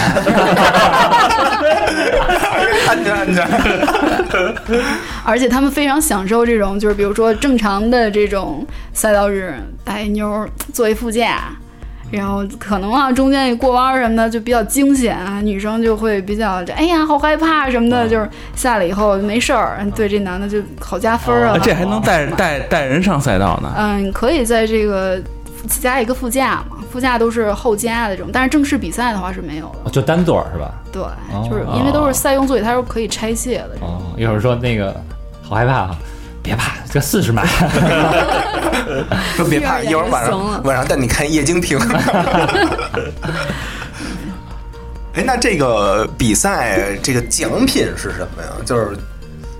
S4: 安全安全。
S6: 而且他们非常享受这种，就是比如说正常的这种赛道日，带妞儿坐一副驾，然后可能啊中间一过弯儿什么的就比较惊险啊，女生就会比较这哎呀好害怕什么的，就是下来以后没事儿，对这男的就好加分儿啊。
S3: 啊这还能带带带人上赛道呢？
S6: 嗯，可以在这个加一个副驾嘛，副驾都是后加的这种，但是正式比赛的话是没有的。
S2: 哦就单座儿是吧？
S6: 对，就是因为都是赛用座椅，它是可以拆卸的。
S2: 哦，一会儿说那个好害怕啊，别怕，这四十码。
S4: 说别怕，一会儿晚
S6: 行了
S4: 上晚上带你看液晶屏。 *laughs* 哎，那这个比赛这个奖品是什么呀？就是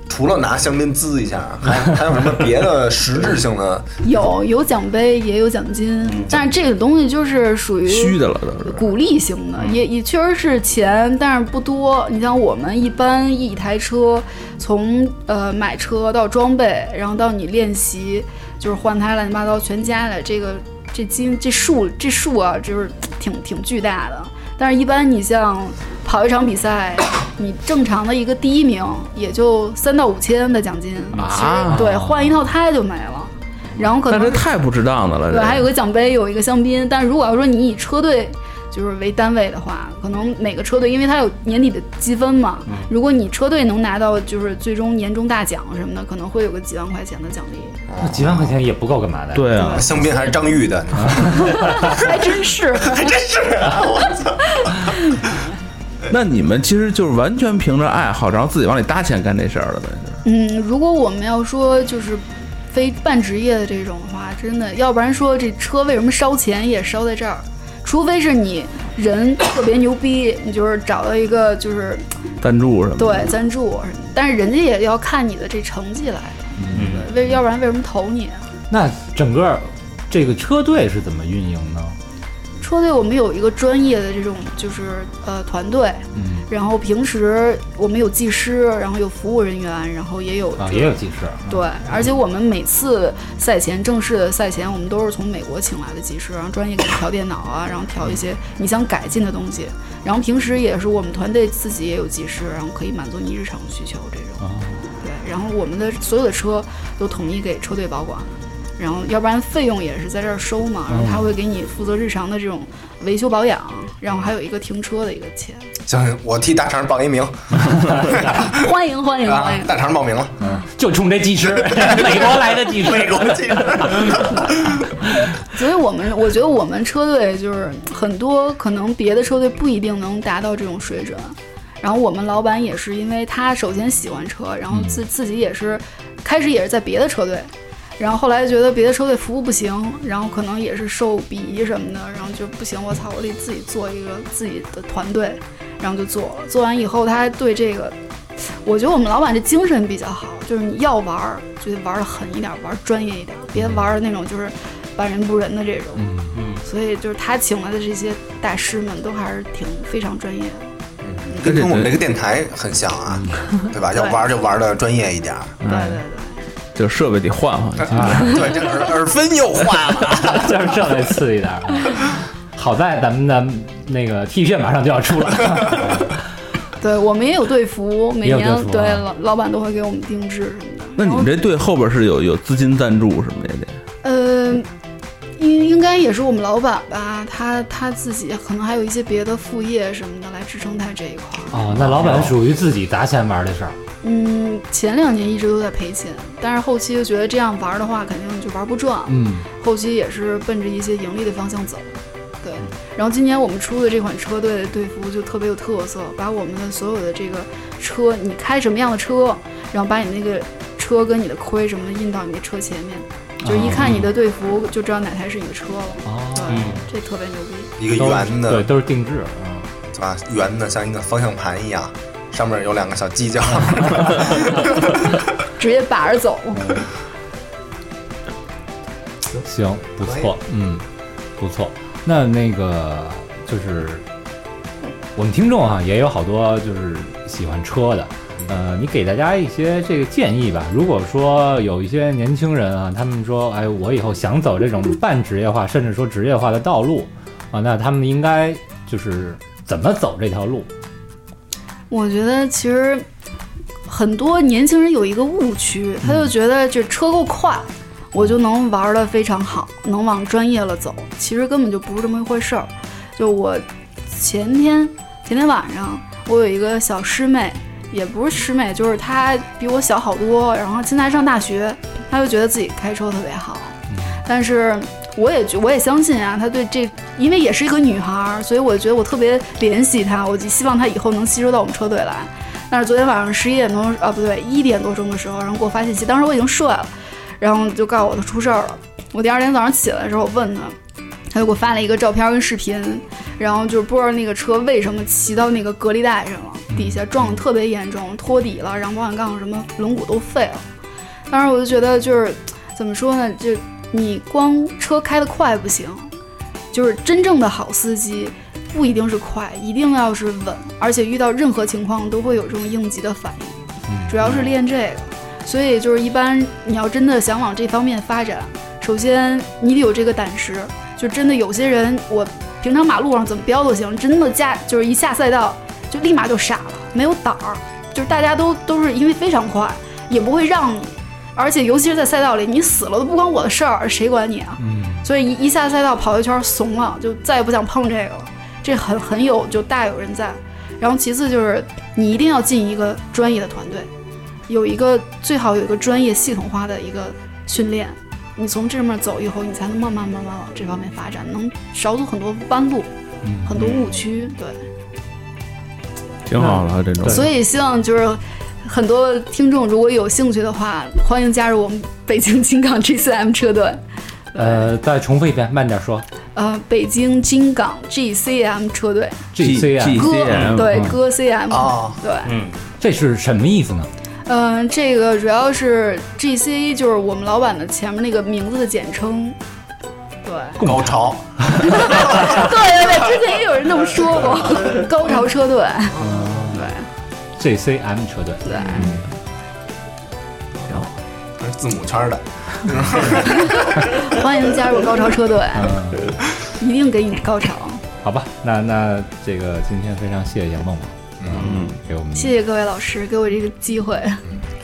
S4: 除了拿香槟滋一下，还还有什么别的实质性的？
S6: 有有奖杯，也有奖金，但是这个东西就是属于
S3: 嗯虚的了都是。
S6: 鼓励型的，也也确实是钱，但是不多。你像我们一般一台车，从呃买车到装备，然后到你练习，就是换胎乱七八糟全加起来，这个这金这数这数啊，就是挺挺巨大的。但是，一般你像跑一场比赛，你正常的一个第一名也就三到五千的奖金，其实对换一套胎就没了，然后可
S3: 那这
S6: 能
S3: 太不值当的了。
S6: 对，
S3: 这
S6: 还有个奖杯，有一个香槟。但如果要说你以车队就是为单位的话，可能每个车队，因为它有年底的积分嘛，如果你车队能拿到就是最终年终大奖什么的，可能会有个几万块钱的奖励。
S2: 那几万块钱也不够干嘛的？，
S3: 对啊，
S4: 香槟还是张裕的？
S6: *laughs* 还真是，
S4: 还真是啊！我操！
S3: *laughs* 那你们其实就是完全凭着爱好，然后自己往里搭钱干这事儿了呗？是
S6: *laughs* 嗯，如果我们要说就是非半职业的这种的话，真的，要不然说这车为什么烧钱也烧在这儿？除非是你人特别牛逼，你就是找到一个就是
S3: 赞助什么的？
S6: 对赞助什么的，但是人家也要看你的这成绩来，
S2: 嗯
S6: 对为要不然为什么投你啊？
S2: 那整个这个车队是怎么运营呢？
S6: 车队我们有一个专业的这种就是呃团队，
S2: 嗯，
S6: 然后平时我们有技师，然后有服务人员，然后也有、
S2: 啊，也有技师。
S6: 对，而且我们每次赛前正式的赛前，我们都是从美国请来的技师，然后专业给你调电脑啊，然后调一些你想改进的东西，然后平时也是我们团队自己也有技师，然后可以满足你日常需求这种。对，然后我们的所有的车都统一给车队保管，然后要不然费用也是在这儿收嘛，然后他会给你负责日常的这种维修保养，然后还有一个停车的一个钱。
S4: 行，我替大肠报一名
S6: *laughs* 欢迎欢迎
S4: 啊
S6: 欢迎！！
S4: 大肠报名了，
S2: 就冲这技
S4: *laughs*
S2: 师，美国来的技师，
S4: 美国记者。
S6: 所以我们我觉得我们车队就是很多可能别的车队不一定能达到这种水准。然后我们老板也是，因为他首先喜欢车，然后自自己也是，开始也是在别的车队，然后后来觉得别的车队服务不行，然后可能也是受鄙夷什么的，然后就不行，我操，我得自己做一个自己的团队，然后就做了。做完以后，他还对这个，我觉得我们老板这精神比较好，就是你要玩儿就得玩的狠一点，玩专业一点，别玩那种就是半人不人的这种。
S5: 嗯
S6: 所以就是他请来的这些大师们都还是挺非常专业的。
S4: 跟跟我们这个电台很像啊，
S2: 嗯
S4: 对吧？要玩就玩的专业一点儿。 *laughs*
S6: 对对对，
S3: 就设备得换换。
S4: 对，这耳耳分又坏了。
S2: 就是这来刺一点儿。好在咱们的那个 T 恤马上就要 *laughs* 出了，
S6: 对我们也有队服，每
S2: 也有
S6: 年
S2: 队服啊
S6: 对老老板都会给我们定制什么的。
S3: 那你们这队后边是有有资金赞助什么的也得？
S6: 呃，应应该也是我们老板吧，他他自己可能还有一些别的副业什么的来支撑他这一块儿。
S2: 哦，那老板属于自己砸钱玩的事儿，
S6: 嗯，前两年一直都在赔钱，但是后期就觉得这样玩儿的话肯定就玩不转，
S2: 嗯，
S6: 后期也是奔着一些盈利的方向走。
S2: 嗯
S6: 对，然后今年我们出的这款车队的队服就特别有特色，把我们的所有的这个车，你开什么样的车，然后把你那个车跟你的盔什么的印到你的车前面，就是一看你的队服就知道哪台是你的车了。
S2: 哦，
S6: 对，这特别牛逼。
S4: 一
S2: *laughs*
S4: 个
S2: 都是
S4: 圆的
S2: 对，，都是定制，嗯
S4: 啊，圆的像一个方向盘一样，上面有两个小犄角。
S6: 直接把着走，
S2: 行，不错，嗯，不错。那那个就是我们听众啊，也有好多就是喜欢车的，呃，你给大家一些这个建议吧。如果说有一些年轻人啊，他们说，哎，我以后想走这种半职业化，甚至说职业化的道路啊，那他们应该就是怎么走这条路？
S6: 我觉得其实很多年轻人有一个误区，他就觉得这车够快，我就能玩的非常好，能往专业了走。其实根本就不是这么一回事儿。就我前天前天晚上，我有一个小师妹，也不是师妹，就是她比我小好多，然后现在上大学，她就觉得自己开车特别好，但是。我也觉，我也相信啊，她对这， *clears throat* 因为也是一个女孩儿，所以我觉得我特别怜惜她，我就希望她以后能吸收到我们车队来。但是昨天晚上十一点多啊，不对，一点多钟的时候，然后给我发信息，当时我已经睡了，然后就告诉我他出事儿了。我第二天早上起来的时候，我问他，他就给我发了一个照片跟视频，然后就是不知道那个车为什么骑到那个隔离带上了，底下撞得特别严重，托底了，然后保险杠什么轮毂都废了。当时我就觉得就是怎么说呢，就你光车开得快不行，就是真正的好司机不一定是快，一定要是稳，而且遇到任何情况都会有这种应急的反应，
S2: 嗯
S6: 主要是练这个。所以就是一般你要真的想往这方面发展，首先你得有这个胆识。就真的有些人，我平常马路上怎么飙都行，真的加就是一下赛道就立马就傻了，没有胆儿。就是大家都都是因为非常快，也不会让你，而且尤其是在赛道里，你死了都不关我的事儿，谁管你啊？
S2: 嗯，
S6: 所以一一下赛道跑一圈怂了，就再也不想碰这个了。这很很有就大有人在。然后其次就是你一定要进一个专业的团队，有一个最好有一个专业系统化的一个训练。你从这面走以后，你才能慢慢慢慢往这方面发展，能少走很多弯路，
S2: 嗯
S6: 很多误区。对，
S3: 挺好的这种。
S6: 所以希望就是很多听众如果有兴趣的话，欢迎加入我们北京金港 GCM 车队。
S2: 呃，再重复一遍，慢点说。
S6: 呃，北京金港 GCM 车队，
S3: G
S2: C 啊，
S3: G
S6: 歌
S3: GCM
S6: 对
S2: 嗯
S6: 歌 CM
S4: *laughs* 哦
S6: 对，
S5: 嗯，
S2: 这是什么意思呢？
S6: 嗯、这个主要是 GC 就是我们老板的前面那个名字的简称，对，
S4: *laughs* 高潮，
S6: *laughs* 对对对，之前也有人这么说过， *laughs* 高潮车队，
S2: GCM 车队，
S6: 对，
S4: 它是字母圈的，
S6: 欢迎加入高潮车队，
S2: 嗯，
S6: 一定给你高潮，
S2: *laughs* 好吧，那那这个今天非常谢谢杨梦梦，嗯，给我们
S6: 谢谢各位老师给我这个机会，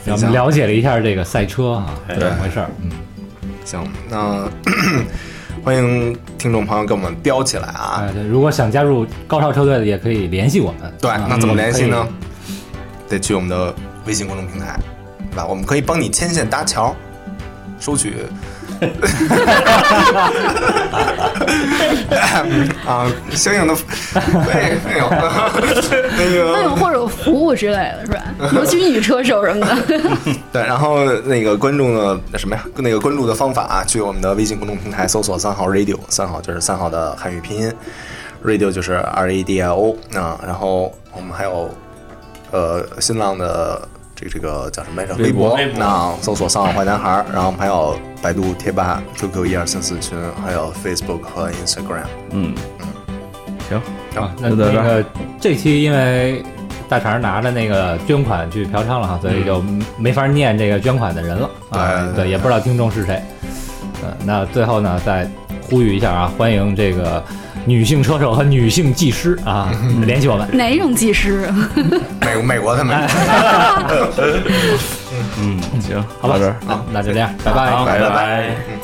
S2: 让我们了解了一下这个赛车啊，
S4: 哎
S2: 怎么回事儿，嗯，
S4: 行，那 *coughs* 欢迎听众朋友给我们标起来啊！
S2: 哎，对，如果想加入高超车队的，也可以联系我们。
S4: 对，
S2: 啊
S4: 那怎么联系呢？
S2: 可以？
S4: 得去我们的微信公众平台，对吧？我们可以帮你牵线搭桥，收
S2: *laughs*
S4: 取。 *laughs* 啊，相应的费费用， *laughs* 那个
S6: 那种或者有服务之类的 *laughs* 是吧？尤其女车手什么 *laughs* 的，
S4: 对，然后那个观众的那什么呀，那个关注的方法啊，去我们的微信公众平台搜索“三号 radio”，三号就是三号的汉语拼音，radio 就是 R A D I O 啊。然后我们还有呃新浪的这个这个叫什么来着？微博
S5: 微博
S4: 那搜索“三好坏男孩儿”，然后我们还有百度贴吧、QQ 一二三四群，还有 Facebook 和 Instagram。
S3: 嗯，行，
S2: 啊，那
S3: 就到这
S2: 那
S3: 儿
S2: 个这期因为大肠拿着那个捐款去嫖娼了哈，所以就没法念这个捐款的人了啊。
S4: 嗯对
S2: 对，也不知道听众是谁。呃，那最后呢，再呼吁一下啊，欢迎这个女性车手和女性技师啊
S4: 嗯
S2: 联系我们。
S6: 哪种技师？
S4: 美美国他们，
S3: 嗯，行，
S2: 好
S3: 到
S2: 吧
S3: 这儿。，
S2: 哎那那就这样，拜拜。
S5: 好
S4: 拜拜
S5: 拜
S4: 嗯。